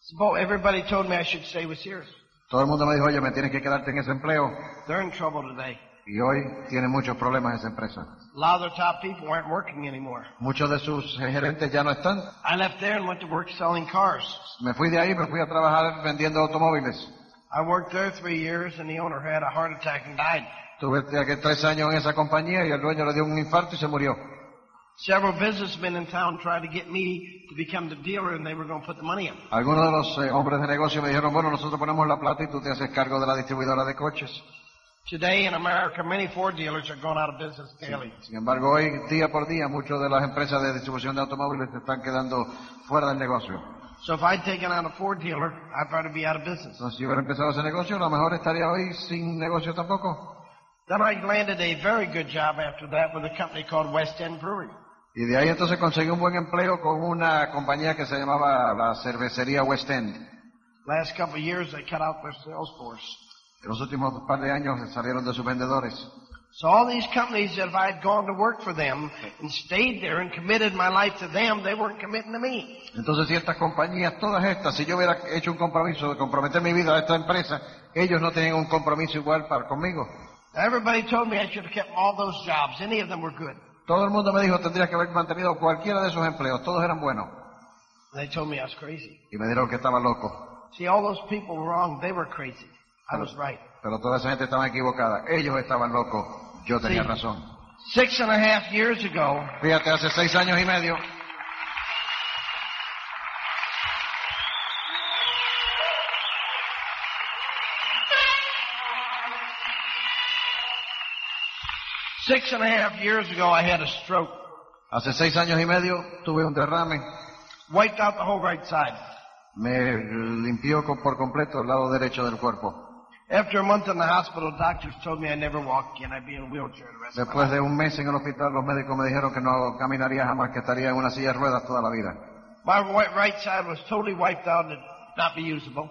So everybody told me I should stay with Sears. Todo el mundo me dijo, oye, me tienes que quedarte en ese empleo. They're in trouble today. Y hoy tiene muchos problemas esa empresa. A lot of their top people aren't working anymore. Muchos de sus gerentes ya no están. I left there and went to work selling cars. Me fui de ahí, me fui a trabajar vendiendo automóviles. I worked there three years and the owner had a heart attack and died. Tuve que- tres años en esa compañía y el dueño le dio un infarto y se murió. Several businessmen in town tried to get me to become the dealer and they were going to put the money in. Algunos de los eh, hombres de negocio me dijeron, bueno, nosotros ponemos la plata y tú te haces cargo de la distribuidora de coches. Today in America, many Ford dealers are going out of business daily. Sin embargo, hoy, día por día, muchas de las empresas de distribución de automóviles se están quedando fuera del negocio. So if I'd taken on a Ford dealer, I'd probably be out of business. Entonces, si hubiera empezado ese negocio, a lo mejor estaría hoy sin negocio tampoco. Then I landed a very good job after that with a company called West End Brewery. Y de ahí entonces conseguí un buen empleo con una compañía que se llamaba la cervecería West End. Last couple of years, they cut out their sales force. En los últimos par de años se salieron de sus vendedores. So all these companies, that if I had gone to work for them and stayed there and committed my life to them, they weren't committing to me. Entonces, si estas compañías, todas estas, si yo hubiera hecho un compromiso de comprometer mi vida a esta empresa, ellos no tenían un compromiso igual para conmigo. Now, everybody told me I should have kept all those jobs. Any of them were good. Todo el mundo me dijo, tendrías que haber mantenido cualquiera de esos empleos, todos eran buenos. And they told me I was crazy. Y me dijeron que estaba loco. See, all those people were wrong. They were crazy. I was right. Pero toda esa gente estaba equivocada. Ellos estaban locos. Yo tenía Sí. razón. Six and a half years ago, Fíjate, hace seis años y medio, six and a half years ago, I had a stroke. hace seis años y medio, tuve un derrame. Wiped out the whole right side. Me limpió co- por completo el lado derecho del cuerpo. After a month in the hospital, doctors told me I'd never walk again. I'd be in a wheelchair the rest of my life. Después de un mes en el hospital, los médicos me dijeron que no caminaría jamás, que estaría en una silla de ruedas toda la vida. My wi- right side was totally wiped out and not be usable.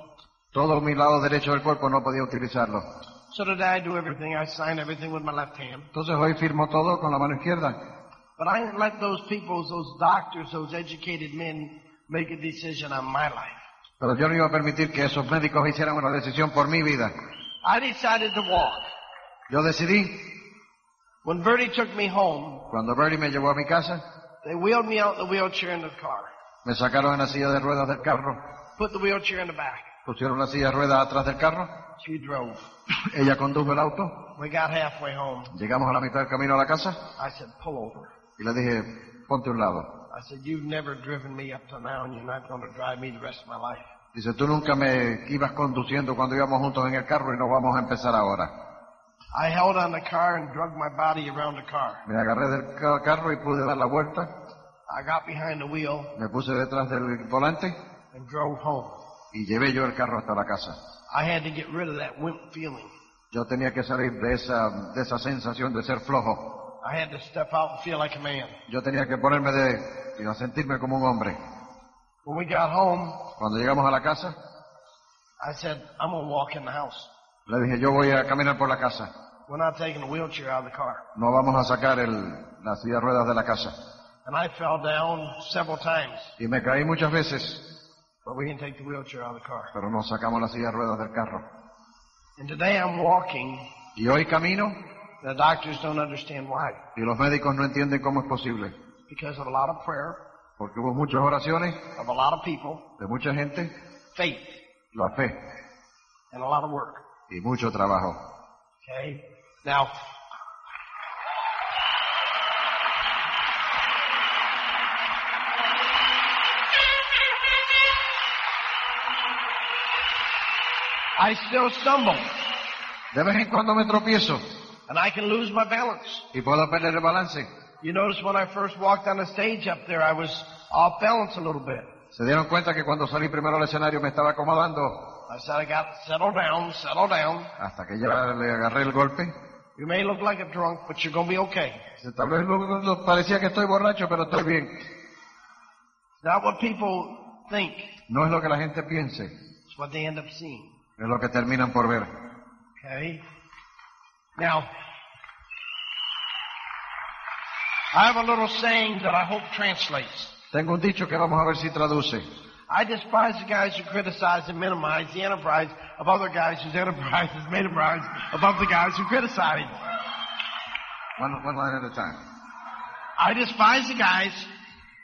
Todo mi lado derecho del cuerpo no podía utilizarlo. So today I do everything. I sign everything with my left hand. Entonces hoy firmo todo con la mano izquierda. But I didn't let those people, those doctors, those educated men make a decision on my life. Pero yo no iba a permitir que esos médicos hicieran una decisión por mi vida. I decided to walk. Yo decidí, When Verdi took me home, cuando Bernie me llevó a mi casa, they wheeled me out in the wheelchair in the car, me sacaron en la silla de ruedas del carro, put the wheelchair in the back. pusieron la silla de ruedas atrás del carro, She drove. ella condujo el auto, We got halfway home. llegamos a la mitad del camino a la casa I said, pull over. y le dije, ponte a un lado. I said, you've never driven me up to now and you're not going to drive me the rest of my life. Dice, tú nunca me ibas conduciendo cuando íbamos juntos en el carro y no vamos a empezar ahora. I held on the car and drug my body around the car. Me agarré del ca- carro y pude dar la vuelta, I got behind the wheel me puse detrás del volante and drove home. y llevé yo el carro hasta la casa. I had to get rid of that wimp feeling. Yo tenía que salir de esa, de esa sensación de ser flojo. I had to step out and feel like a man. Yo tenía que ponerme de, y a sentirme como un hombre. When we got home, Cuando llegamos a la casa, I said, I'm going to walk in the house. le dije, yo voy a caminar por la casa. We're not taking the wheelchair out of the car. No vamos a sacar el, la silla de ruedas de la casa. And I fell down several times, Y me caí muchas veces, but we didn't take the wheelchair out of the car. pero no sacamos la silla de ruedas del carro. And today I'm walking. Y hoy camino The doctors don't understand why. y los médicos no entienden cómo es posible. Because of a lot of prayer, porque hubo muchas oraciones of a lot of people, de mucha gente, faith, la fe and a lot of work. y mucho trabajo. Okay? Now, I still stumble De vez en cuando me tropiezo and I can lose my balance. y puedo perder el balance. You notice when I first walked on the stage up there, I was off balance a little bit. Se dieron cuenta que cuando salí primero al escenario me estaba acomodando I said, I got to settle down, settle down. hasta que ya le agarré el golpe. You may look like a drunk, but you're going to be okay. Dice, Tal vez lo- lo- parecía que estoy borracho, pero estoy bien. It's not what people think. No es lo que la gente piense, es It's what they end up seeing. lo que terminan por ver. Okay? Now, I have a little saying that I hope translates. Tengo un dicho que vamos a ver si traduce. I despise the guys who criticize and minimize the enterprise of other guys whose enterprise is minimized above the guys who criticize. One, one line at a time. I despise the guys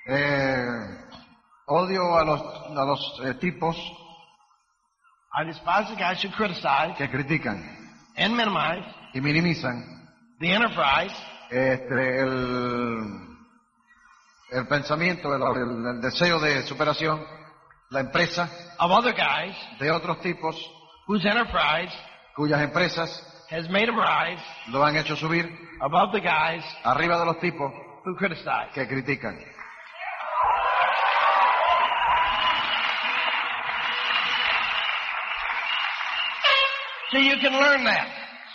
Eh, odio a los, a los eh, tipos I despise the guys who criticize que critican and minimize y minimizan the enterprise este, el, el pensamiento, el, el- el deseo de superación, la empresa of other guys de otros tipos whose enterprise cuyas empresas has made them rise lo han hecho subir above the guys arriba de los tipos who criticize. que critican. See, you can learn that.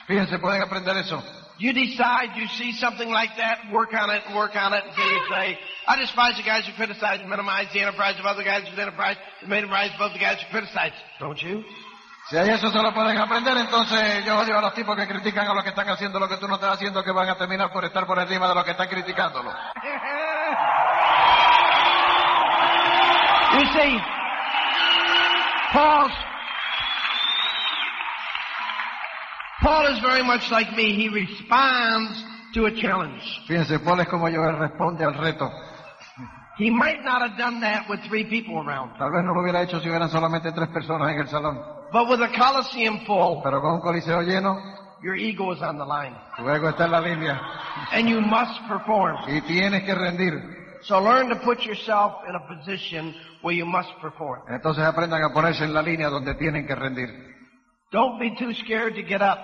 Fíjense, pueden aprender eso. You decide, you see something like that, work on it and work on it until you say, I despise the guys who criticize and minimize the enterprise of other guys whose enterprise has made them rise above the guys who criticize. Don't you? Si a eso se lo pueden aprender, entonces yo odio a los tipos que critican a los que están haciendo lo que tú no estás haciendo, que van a terminar por estar por encima de los que están criticándolo. You see, Paul's Paul is very much like me. He responds to a challenge. Fíjense, Paul es como yo, él responde al reto. He might not have done that with three people around, Tal vez no lo hubiera hecho si hubieran solamente tres personas en el salón. but with a coliseum full, Pero con un coliseo lleno, your ego is on the line, tu ego está en la línea and you must perform. y tienes que rendir. So learn to put yourself in a position where you must perform. Entonces aprendan a ponerse en la línea donde tienen que rendir. Don't be too scared to get up.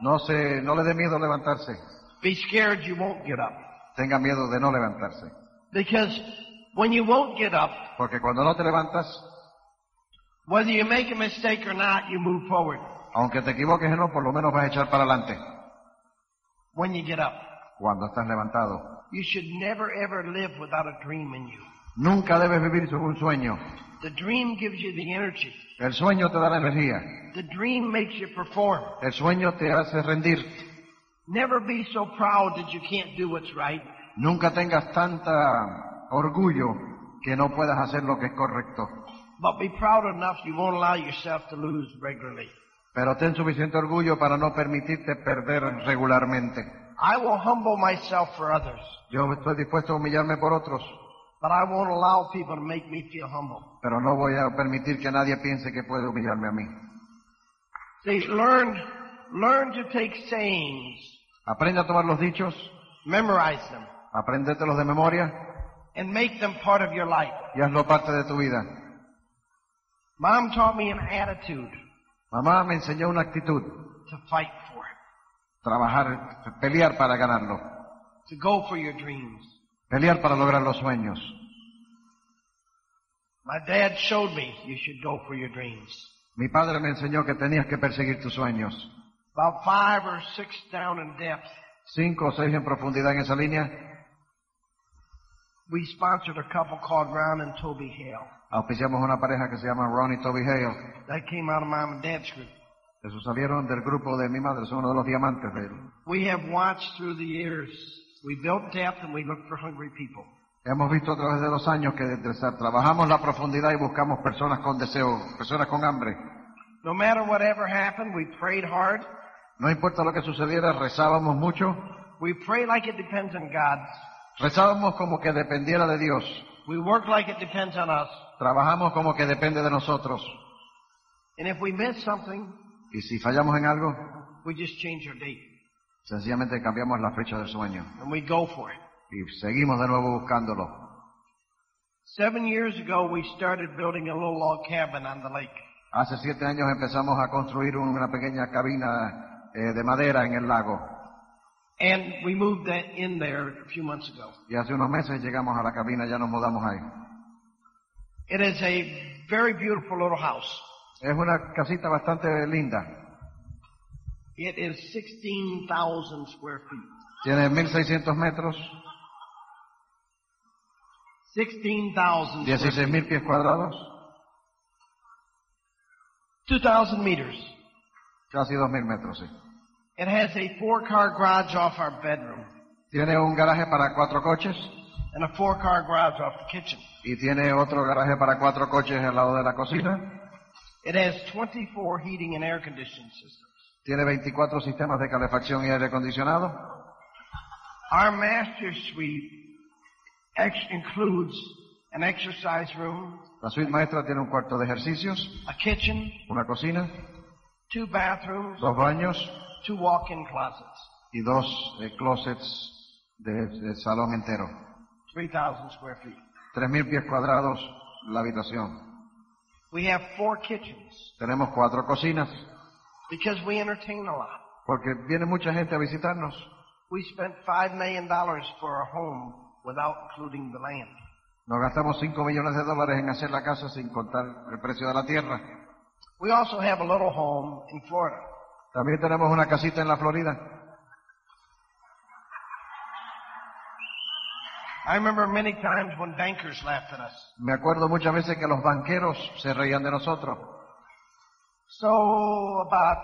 No se, no le dé miedo levantarse. Be scared you won't get up. Tenga miedo de no levantarse. Because when you won't get up, Porque cuando no te levantas, Whether you make a mistake or not, you move forward aunque te equivoques o no, por lo menos vas a echar para adelante. when you get up. cuando estás levantado. You should never ever live without a dream in you. Nunca debes vivir sin un sueño. The dream gives you the energy. El sueño te da la energía. The dream makes you perform. El sueño te hace rendir. Never be so proud that you can't do what's right. Nunca tengas tanta orgullo que no puedas hacer lo que es correcto. But be proud enough you won't allow yourself to lose regularly. Pero ten suficiente orgullo para no permitirte perder regularmente. I will humble myself for others, Yo estoy dispuesto a humillarme por otros, but I won't allow people to make me feel humble. pero no voy a permitir que nadie piense que puede humillarme a mí. See, learn, learn to take sayings, Aprende a tomar los dichos, memorize them, apréndetelos de memoria and make them part of your life. y hazlo parte de tu vida. Mom taught me an attitude Mamá me enseñó una actitud. to fight for it, trabajar, pelear para ganarlo, to go for your dreams. pelear para lograr los sueños. My dad showed me you should go for your dreams. Mi padre me enseñó que tenías que perseguir tus sueños. About five or six down in depth, Cinco o seis en profundidad en esa línea, we sponsored a couple called Ron and Toby Hale auspiciamos una pareja que se llama Ron y Toby Hale. that came out of mom and dad's group. Esos salieron del grupo de mi madre, son uno de los diamantes de él. We have watched through the years. We built depth and we looked for hungry people. Hemos visto a través de los años que desde esa- trabajamos la profundidad y buscamos personas con deseo, personas con hambre. No matter whatever happened, we prayed hard. No importa lo que sucediera, rezábamos mucho, We pray like it depends on God. rezábamos como que dependiera de Dios. We work like it depends on us. Trabajamos como que depende de nosotros. And if we miss something, Y si fallamos en algo, we just change our date sencillamente cambiamos la fecha del sueño and we go for it. y seguimos de nuevo buscándolo. Seven years ago, we started building a little log cabin on the lake. Hace siete años empezamos a construir una pequeña cabina eh, de madera en el lago And we moved that in there a few months ago. y hace unos meses llegamos a la cabina y ya nos mudamos ahí. It is a very beautiful little house. Es una casita bastante linda, It is 16,000 square feet. tiene 1600 metros, 16,000 square feet. 16.000 pies cuadrados, 2,000 meters. casi 2000 metros, sí. It has a four-car garage off our bedroom Tiene un garaje para cuatro coches and a four-car garage off the kitchen. y tiene otro garaje para cuatro coches al lado de la cocina. It has 24 heating and air conditioning systems. Tiene 24 sistemas de calefacción y aire acondicionado. Our master suite ex- includes an exercise room, La suite maestra tiene un cuarto de ejercicios, a kitchen, una cocina, two bathrooms, dos baños two walk-in closets, y dos eh, closets de, de salón entero. 3,000 square feet. 3.000 pies cuadrados la habitación. We have four kitchens Tenemos cuatro cocinas because we entertain a lot. porque viene mucha gente a visitarnos. We spent $5 million for a home without including the land. Nos gastamos 5 millones de dólares en hacer la casa sin contar el precio de la tierra. We also have a little home in Florida. También tenemos una casita en la Florida. I remember many times when bankers laughed at us. Me acuerdo muchas veces que los banqueros se reían de nosotros. So about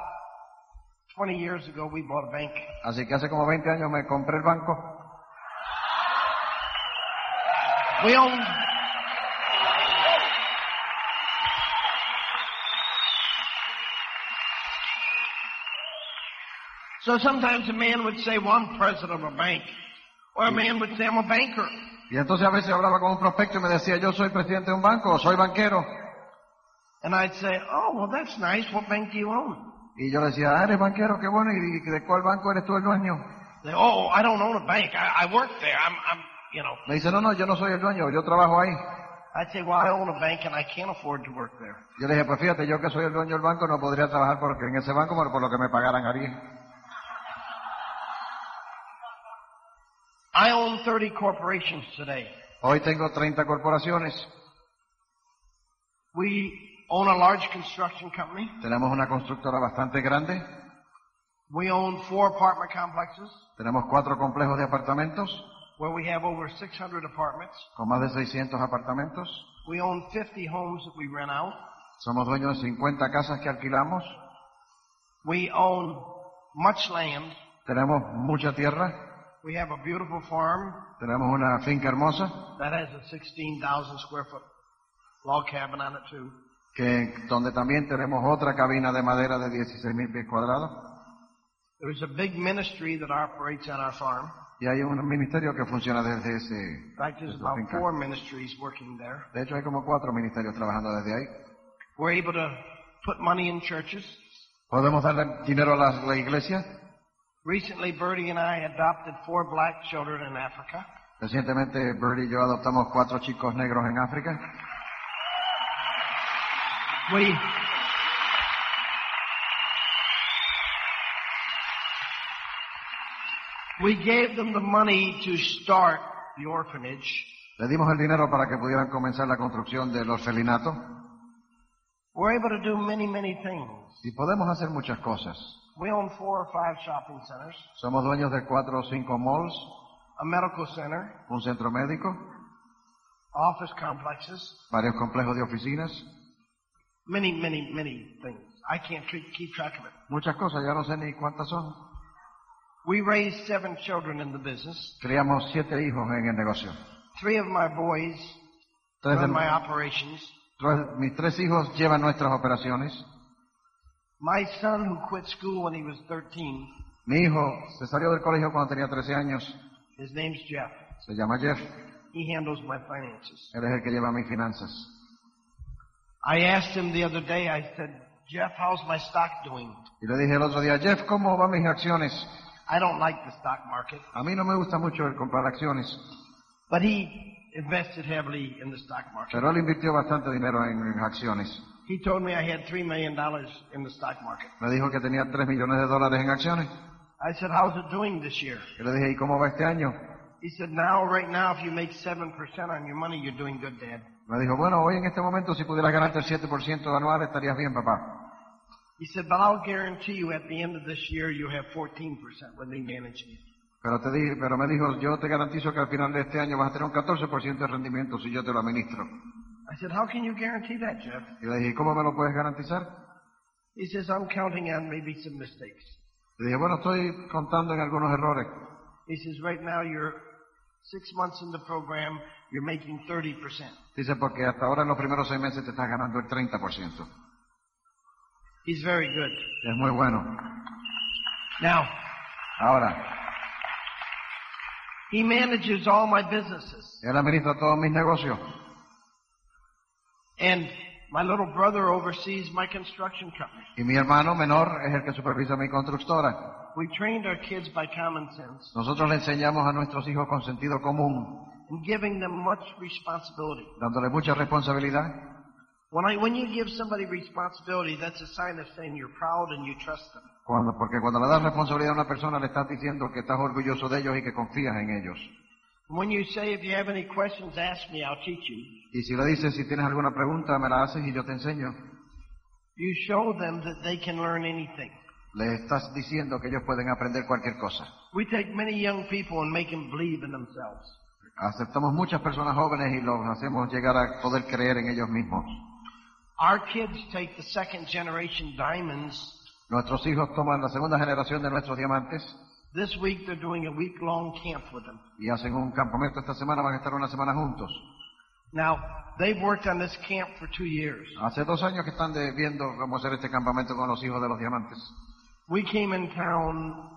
20 years ago, we bought a bank. Así que hace como 20 años me compré el banco. We own. So sometimes a man would say, well, I'm president of a bank. Or a man would say, I'm a banker. Y entonces a veces hablaba con un prospecto y me decía, yo soy presidente de un banco o soy banquero. And I'd say, oh, well, that's nice. What bank do you own? Y yo le decía, ah, eres banquero, qué bueno, ¿y de cuál banco eres tú el dueño? They, oh, I don't own a bank. I, I work there. I'm, I'm, you know. Me dice, no, no, yo no soy el dueño, yo trabajo ahí. I'd say, well, I own a bank and I can't afford to work there. Yo le dije, pues fíjate, yo que soy el dueño del banco no podría trabajar porque en ese banco, pero por lo que me pagaran haría. I own 30 corporations today. Hoy tengo 30 corporaciones, We own a large construction company. tenemos una constructora bastante grande, We own four apartment complexes tenemos cuatro complejos de apartamentos where we have over 600 apartments. con más de 600 apartamentos. We own 50 homes that we rent out. Somos dueños de 50 casas que alquilamos, We own much land. tenemos mucha tierra, We have a beautiful farm tenemos una finca hermosa that has a 16,000 square foot log cabin on it too. que donde también tenemos otra cabina de madera de 16.000 pies cuadrados There's a big ministry that operates on our farm. y hay un ministerio que funciona desde ese In fact, there's desde la about finca. four ministries working there. De hecho hay como cuatro ministerios trabajando desde ahí. We're able to put money in churches. Podemos darle dinero a la, la iglesia. Recently, Bertie and I adopted four black children in Africa. Recientemente Bird y yo adoptamos cuatro chicos negros en África. We we gave them the money to start the orphanage. Le dimos el dinero para que pudieran comenzar la construcción del orfelinato We're able to do many, many things. y podemos hacer muchas cosas. We own four or five shopping centers, Somos dueños de cuatro o cinco malls, a medical center, un centro médico, office complexes, varios complejos de oficinas, many, many, many things. I can't keep, keep track of it. muchas cosas, ya no sé ni cuántas son. We raised seven children in the business. Criamos siete hijos en el negocio. Three of my boys Tres de, run my operations. tres- mis tres hijos llevan nuestras operaciones. My son, who quit school when he was 13, Mi hijo se salió del colegio cuando tenía 13 años. his name's Jeff. Se llama Jeff. He handles my finances. Él es el que lleva mis finanzas. I asked him the other day, I said, Jeff, how's my stock doing? Y le dije el otro día, Jeff, ¿cómo van mis acciones? I don't like the stock market. A mí no me gusta mucho el comprar acciones, But he invested heavily in the stock market. pero él invirtió bastante dinero en, en acciones. He told me I had $3 million in the stock market. Me dijo que tenía 3 millones de dólares en acciones. I said, how's it doing this year? Yo le dije, ¿y cómo va este año? He said, now, right now, if you make 7% on your money, you're doing good, Dad. Me dijo, bueno, hoy en este momento si pudieras ganarte el 7% anual estarías bien, papá. He said, but I'll guarantee you at the end of this year, you have 14% when they manage you. Pero, te di- pero me dijo, yo te garantizo que al final de este año vas a tener un 14% de rendimiento si yo te lo administro. I said, how can you guarantee that, Jeff? Y le dije, ¿cómo me lo puedes garantizar? He says, I'm counting on maybe some mistakes. Le dije, bueno, estoy contando en algunos errores. He says, right now, you're six months in the program, you're making 30%. Dice, porque hasta ahora en los primeros seis meses te estás ganando el 30%. He's very good. Es muy bueno. Now, Ahora, he manages all my businesses. él administra todos mis negocios. And my little brother oversees my construction company. Y mi hermano menor es el que supervisa mi constructora. We trained our kids by common sense Nosotros le enseñamos a nuestros hijos con sentido común, and giving them much responsibility. dándole mucha responsabilidad. When, I, when you give somebody responsibility, that's a sign of saying you're proud and you trust them. Cuando, porque cuando le das responsabilidad a una persona le estás diciendo que estás orgulloso de ellos y que confías en ellos. And When you say, if you have any questions, ask me, I'll teach you, Y si le dices, si tienes alguna pregunta, me la haces y yo te enseño. you show them that they can learn anything. Le estás diciendo que ellos pueden aprender cualquier cosa. We take many young people and make them believe in themselves. Aceptamos muchas personas jóvenes y los hacemos llegar a poder creer en ellos mismos. Our kids take the second generation diamonds. Nuestros hijos toman la segunda generación de nuestros diamantes This week they're doing a week long camp with them. y hacen un campamento esta semana, van a estar una semana juntos. Now, they've worked on this camp for two years. Hace dos años que están de- viendo cómo hacer este campamento con los hijos de los diamantes. We came in town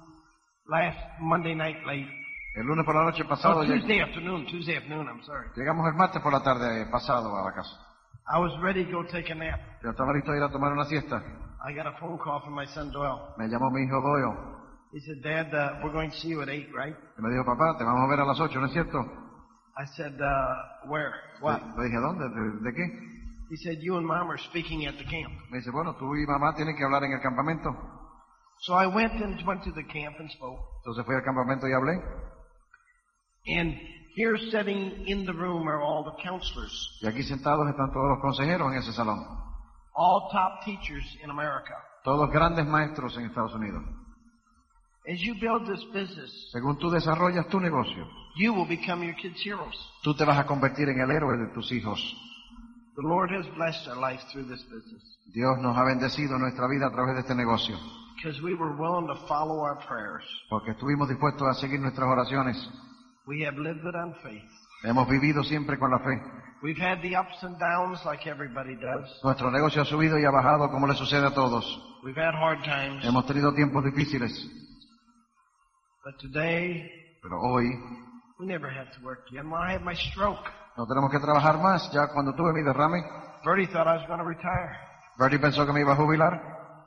last Monday night late. El lunes por la noche pasado, Oh, lleg- Tuesday afternoon, Tuesday afternoon, I'm sorry. llegamos el martes por la tarde pasado a la casa. I was ready to go take a nap. Ya estaba listo a ir a tomar una siesta. I got a phone call from my son Doyle. Me llamó mi hijo Doyo He said, Dad, uh, we're going to see you at 8, right? y me dijo, papá, te vamos a ver a las ocho, ¿no es cierto? I said, uh, where? What? Le- Le dije, ¿dónde? ¿De, de qué? He said, you and Mom are speaking at the camp. Me dice, bueno, tú y mamá tienen que hablar en el campamento. So I went and went to the camp and spoke. Entonces fui al campamento y hablé. And here sitting in the room are all the counselors, Y aquí sentados están todos los consejeros en ese salón. all top teachers in America. Todos grandes maestros en Estados Unidos. As you build this business, Según tú desarrollas tu negocio, you will become your kids' heroes. tú te vas a convertir en el héroe de tus hijos. The Lord has blessed our life through this business Dios nos ha bendecido nuestra vida a través de este negocio, because we were willing to follow our prayers. porque estuvimos dispuestos a seguir nuestras oraciones. We have lived it on faith. Hemos vivido siempre con la fe. We've had the ups and downs like everybody does. Nuestro negocio ha subido y ha bajado como le sucede a todos. We've had hard times. Hemos tenido tiempos difíciles, But today, pero hoy we never have to work again. When I had my stroke, no tenemos que trabajar más. Ya cuando tuve mi derrame, Bertie thought I was going to retire. Bertie pensó que me iba a jubilar.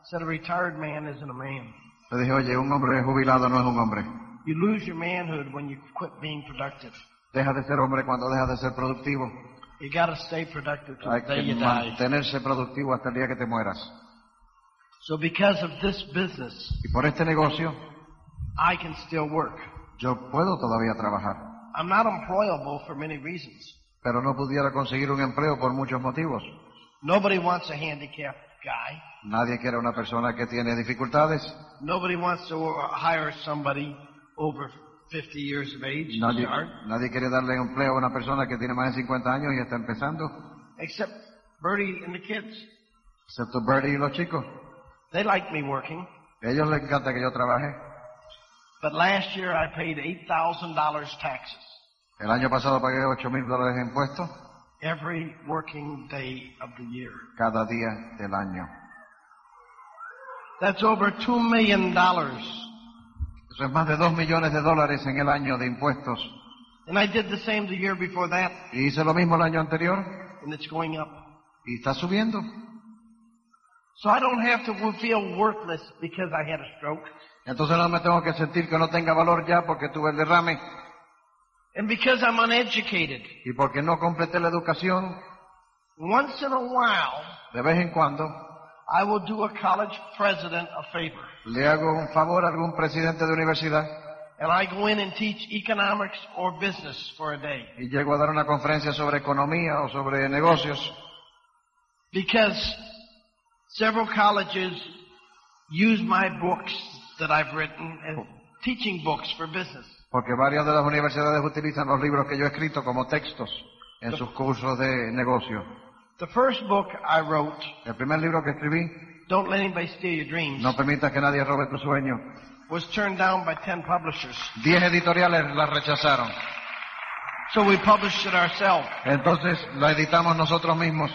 Said a retired man isn't a man. Le dije, oye, un hombre jubilado no es un hombre. You lose your manhood when you quit being productive. Deja de ser hombre cuando dejas de ser productivo. You got to stay productive till Hay the day que you die. mantenerse productivo hasta el día que te mueras. So because of this business, Y por este negocio I can still work. yo puedo todavía trabajar, I'm not employable for many reasons. pero no pudiera conseguir un empleo por muchos motivos. Nobody wants a handicapped guy. Nadie quiere una persona que tiene dificultades, Nobody wants to hire somebody over 50 years of age, nadie, Gerard, nadie quiere darle empleo a una persona que tiene más de 50 años y está empezando, except Bertie and the kids. excepto Bertie y los chicos. They like me working. A ellos les encanta que yo trabaje. But last year I paid $8,000 taxes El año pasado pagué 8 mil dólares de impuestos every working day of the year. cada día del año. That's over $2 million. Eso es más de 2 millones de dólares en el año de impuestos And I did the same the year before that, Y hice lo mismo el año anterior and it's going up. y está subiendo. So I don't have to feel worthless because I had a stroke. Entonces no me tengo que sentir que no tenga valor ya porque tuve el derrame And because I'm uneducated, y porque no completé la educación. once in a while, De vez en cuando I will do a college president a favor. le hago un favor a algún presidente de universidad And I go in and teach economics or business for a day. y llego a dar una conferencia sobre economía o sobre negocios Because several colleges use my books that I've written as teaching books for business. porque varias de las universidades utilizan los libros que yo he escrito como textos en sus cursos de negocio. The first book I wrote, El primer libro que escribí, Don't Let Anybody Steal Your Dreams, No permitas que nadie robe tu sueño. was turned down by 10 publishers. Diez editoriales la rechazaron. So we published it ourselves. Entonces la editamos nosotros mismos.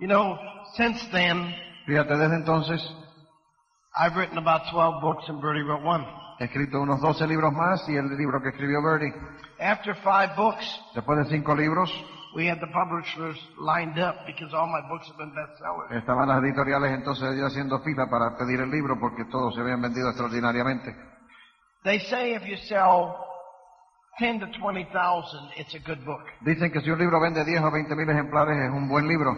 You know, since then, Fíjate, desde entonces I've written about 12 books and Bertie wrote one. he escrito unos 12 libros más y el libro que escribió Bernie. After five books, Después de cinco libros we had the publishers lined up because all my books have been bestsellers. estaban las editoriales entonces ya haciendo fila para pedir el libro porque todos se habían vendido extraordinariamente. They say if you sell 10 to 20,000, it's a good book. Dicen que si un libro vende 10 o 20 mil ejemplares es un buen libro.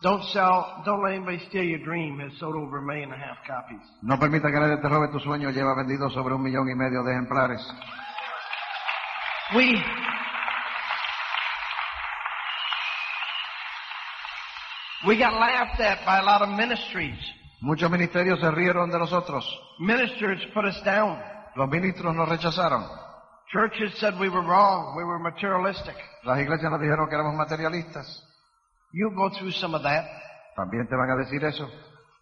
Don't sell, don't let anybody steal your dream has sold over a million and a half copies. No permita que nadie te robe tu sueño, lleva vendido sobre un millón y medio de ejemplares. We, we got laughed at by a lot of ministries. Muchos ministerios se rieron de nosotros. Ministers put us down. Los ministros nos rechazaron. Churches said we were wrong. We were materialistic. Las iglesias nos dijeron que éramos materialistas. You go through some of that. También te van a decir eso.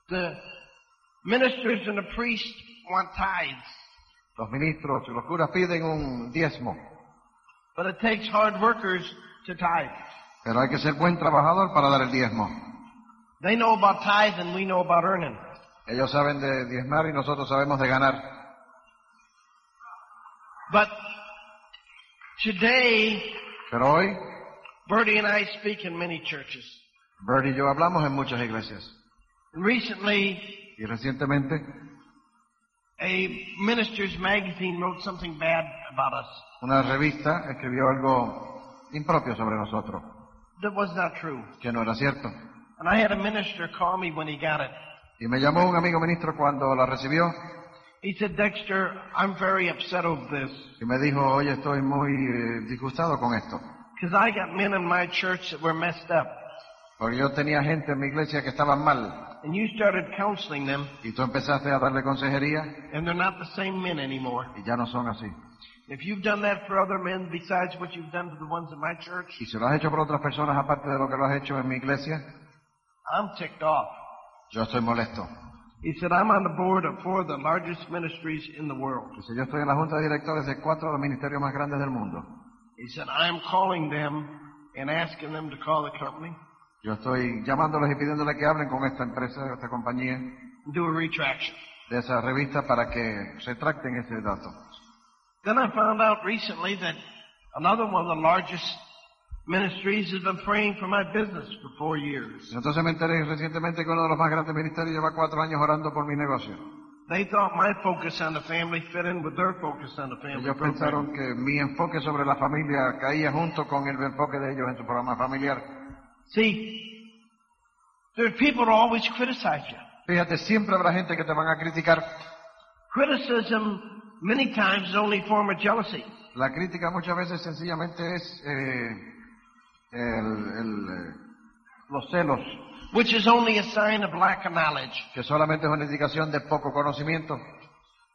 The ministers and the priests want tithes, Los ministros y los curas piden un diezmo. but it takes hard workers to tithe. Pero hay que ser buen trabajador para dar el diezmo. They know about tithe and we know about earning. Ellos saben de diezmar y nosotros sabemos de ganar. But today, Pero hoy, Bertie and I speak in many churches. Bert y yo hablamos en muchas iglesias. Recently, Y recientemente, a minister's magazine wrote something bad about us. una revista escribió algo impropio sobre nosotros, That was not true. que no era cierto. And I had a minister call me when he got it. Y me llamó un amigo ministro cuando la recibió He said, Dexter, I'm very upset over this. y me dijo, oye, estoy muy eh, disgustado con esto. Because I got men in my church that were messed up. Porque yo tenía gente en mi iglesia que estaban mal And you started counseling them, y tú empezaste a darle consejería and they're not the same men anymore. y ya no son así. If you've done that for other men besides what you've done for the ones in my church, Y si lo has hecho por otras personas aparte de lo que lo has hecho en mi iglesia, I'm ticked off. yo estoy molesto. He said, I'm on the board of four of the largest ministries in the world. Y si yo estoy en la junta de directores de cuatro de los ministerios más grandes del mundo, He said, I'm calling them and asking them to call the company yo estoy llamándoles y pidiéndoles que hablen con esta empresa, esta compañía, and do a retraction. de esa revista para que retracten ese dato. Then I found out recently that another one of the largest ministries has been praying for my business for four years. Y entonces me enteré recientemente que uno de los más grandes ministerios lleva cuatro años orando por mi negocio. They thought my focus on the family fit in with their focus on the family. Ellos program. pensaron que mi enfoque sobre la familia caía junto con el enfoque de ellos en su programa familiar. See, there are people who always criticize you. Fíjate, siempre habrá gente que te van a criticar. Criticism, many times, is only a form of jealousy. La crítica muchas veces sencillamente es eh, el- el, eh, los celos, which is only a sign of lack of knowledge. que solamente es una indicación de poco conocimiento.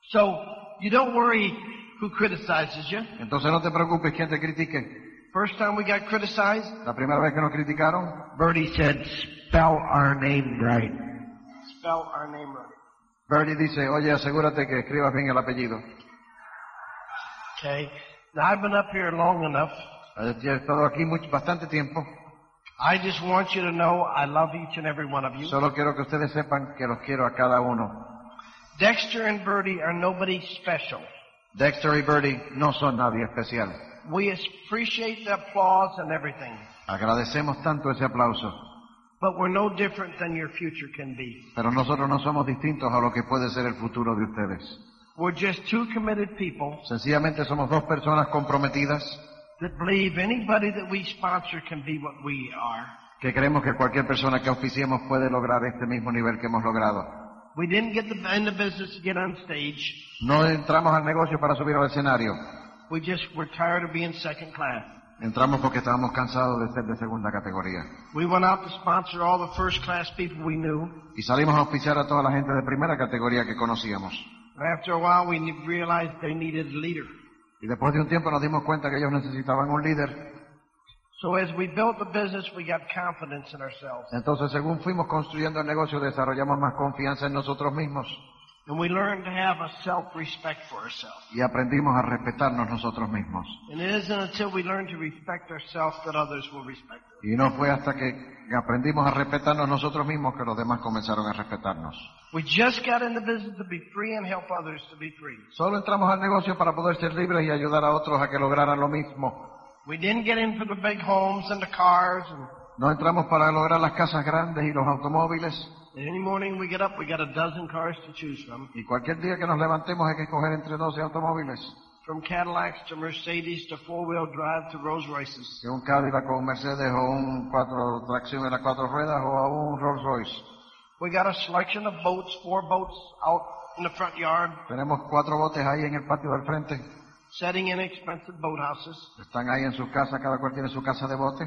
So you don't worry who criticizes you. Entonces no te preocupes quien te critique. First time we got criticized, La primera vez que nos criticaron, Bertie said, spell our name right. Spell our name right. Bernie dice, oye, asegúrate que escribas bien el apellido. Okay. Now I've been up here long enough. He estado aquí mucho- bastante tiempo. I just want you to know I love each and every one of you. Solo quiero que ustedes sepan que los quiero a cada uno. Dexter and Bertie are nobody special. Dexter y Birdie no son nadie especial. We appreciate the applause and everything, Agradecemos tanto ese aplauso, but we're no different than your future can be. pero nosotros no somos distintos a lo que puede ser el futuro de ustedes. We're just two committed people Sencillamente somos dos personas comprometidas that believe anybody that we sponsor can be what we are. que creemos que cualquier persona que auspiciemos puede lograr este mismo nivel que hemos logrado. We didn't get the, in the business to get on stage. No entramos al negocio para subir al escenario. We just were tired of being second class. Entramos porque estábamos cansados de ser de segunda categoría. We went out to sponsor all the first class people we knew. Y salimos a auspiciar a toda la gente de primera categoría que conocíamos. After a while, we ne- realized they needed a leader. Y después de un tiempo nos dimos cuenta que ellos necesitaban un líder. So as we built the business, we got confidence in ourselves. Entonces, según fuimos construyendo el negocio, desarrollamos más confianza en nosotros mismos And we learned to have a self-respect for ourselves. y aprendimos a respetarnos nosotros mismos. And it isn't until we learn to respect ourselves that others will respect us. Y no fue hasta que aprendimos a respetarnos nosotros mismos que los demás comenzaron a respetarnos. We just got in the business to be free and help others to be free. Solo entramos al negocio para poder ser libres y ayudar a otros a que lograran lo mismo. We didn't get in for the big homes and the cars. And, No entramos para lograr las casas grandes y los automóviles. and any morning we get up, we got a dozen cars to choose from. Y cualquier día que nos levantemos hay que escoger entre 12 automóviles. From Cadillacs to Mercedes to four-wheel drive to Rolls Royces. Que un Cadillac o un Mercedes o un cuatro tracción en las cuatro ruedas o a un Rolls Royce. We got a selection of boats, four boats out in the front yard, Tenemos cuatro botes ahí en el patio del frente. setting in expensive boathouses. Están ahí en sus casas, cada cual tiene su casa de bote.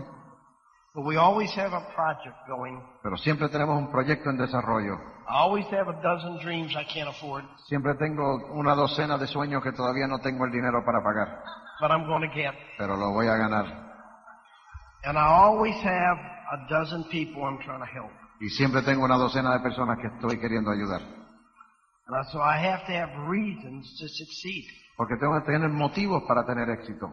But we always have a project going. Pero siempre tenemos un proyecto en desarrollo. I always have a dozen dreams I can't afford, Siempre tengo una docena de sueños que todavía no tengo el dinero para pagar. but I'm going to get. Pero lo voy a ganar. And I always have a dozen people I'm trying to help. Y siempre tengo una docena de personas que estoy queriendo ayudar. And I- so I have to have reasons to succeed, Porque tengo que tener motivos para tener éxito.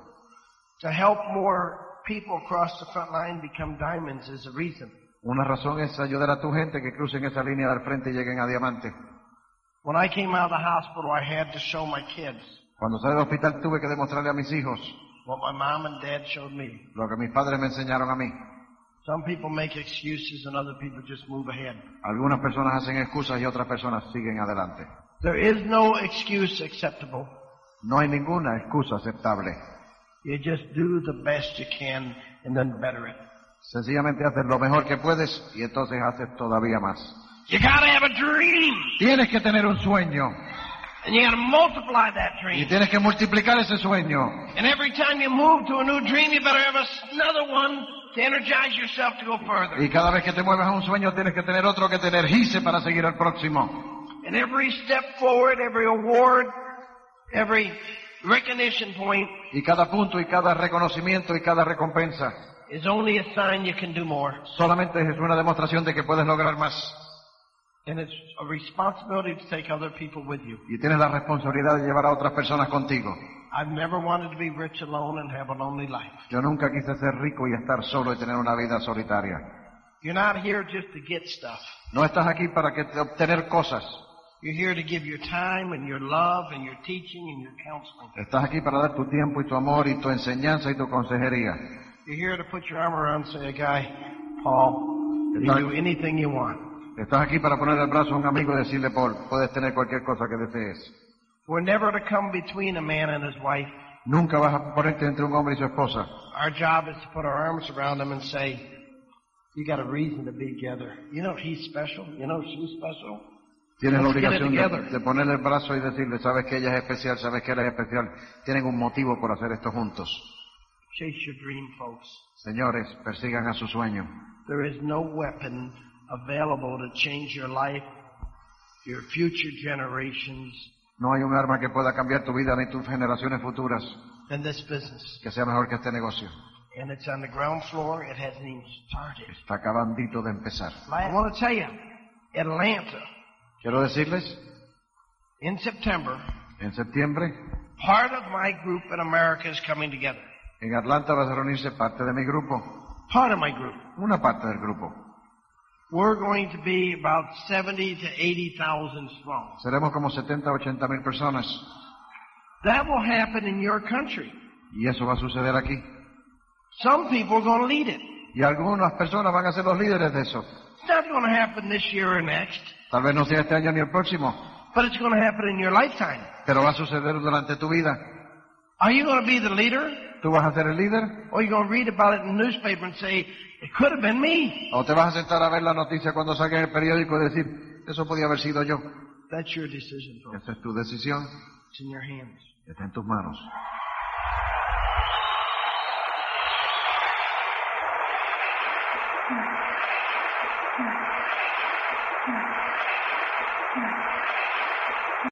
to help more people across the front line become diamonds is a reason. Una razón es ayudar a tu gente que crucen esa línea del frente y lleguen a diamante. When I came out of the hospital, I had to show my kids Cuando salí del hospital tuve que demostrarle a mis hijos what my mom and dad showed me. lo que mis padres me enseñaron a mí. Some people make excuses and other people just move ahead. Algunas personas hacen excusas y otras personas siguen adelante. There is no excuse acceptable. No hay ninguna excusa aceptable. You just do the best you can and then better it. Sencillamente haces lo mejor que puedes y entonces haces todavía más. You gotta have a dream Tienes que tener un sueño and you gotta multiply that y dream. tienes que multiplicar ese sueño And every time you move to a new dream, you better have us- another one to energize yourself to go further. Y cada vez que te mueves a un sueño tienes que tener otro que te energice para seguir al próximo. And every step forward, every award, every recognition point Y cada punto y cada reconocimiento y cada recompensa is only a sign you can do more. solamente es una demostración de que puedes lograr más. And it's a responsibility to take other people with you. Y tienes la responsabilidad de llevar a otras personas contigo. I've never wanted to be rich alone and have a lonely life. Yo nunca quise ser rico y estar solo y tener una vida solitaria. You're not here just to get stuff. No estás aquí para que te- obtener cosas. You're here to give your time and your love and your teaching and your counseling. Estás aquí para dar tu tiempo y tu amor y tu enseñanza y tu consejería. You're here to put your arm around and say, guy, Paul, you can do anything you want. Estás aquí para poner el brazo a un amigo y decirle, Paul, puedes tener cualquier cosa que desees. We're never to come between a man and his wife. Nunca vas a ponerte entre un hombre y su esposa. Our job is to put our arms around them and say, you got a reason to be together. You know he's special. You know she's special. Tienes la Let's get it obligación de, together. de ponerle el brazo y decirle, sabes que ella es especial, sabes que él es especial. Tienen un motivo por hacer esto juntos. Chase your dream, folks. Señores, persigan a su sueño. There is no weapon available to change your life, your future generations, No hay un arma que pueda cambiar tu vida ni tus generaciones futuras than this business. que sea mejor que este negocio. And it's on the ground floor. It hasn't even started. Está acabandito de empezar. I want to tell you, Atlanta, Quiero decirles, in September, en septiembre, part of my group in America is coming together. en Atlanta vas a reunirse parte de mi grupo, Part of my group. una parte del grupo. We're going to be about 70 to 80,000 strong. Seremos como 70 o 80 mil personas. That will happen in your country. Y eso va a suceder aquí. Some people are going to lead it. Y algunas personas van a ser los líderes de eso. It's not going to happen this year or next, Tal vez no sea este año ni el próximo, but it's going to happen in your lifetime. pero va a suceder durante tu vida. Are you going to be the leader? ¿Tú vas a ser el líder? Or are you going to read about it in the newspaper and say, it could have been me? ¿O te vas a sentar a ver la noticia cuando salga en el periódico y decir, eso podía haber sido yo? That's your decision, folks. Esa es tu decisión, It's in your hands. está en tus manos.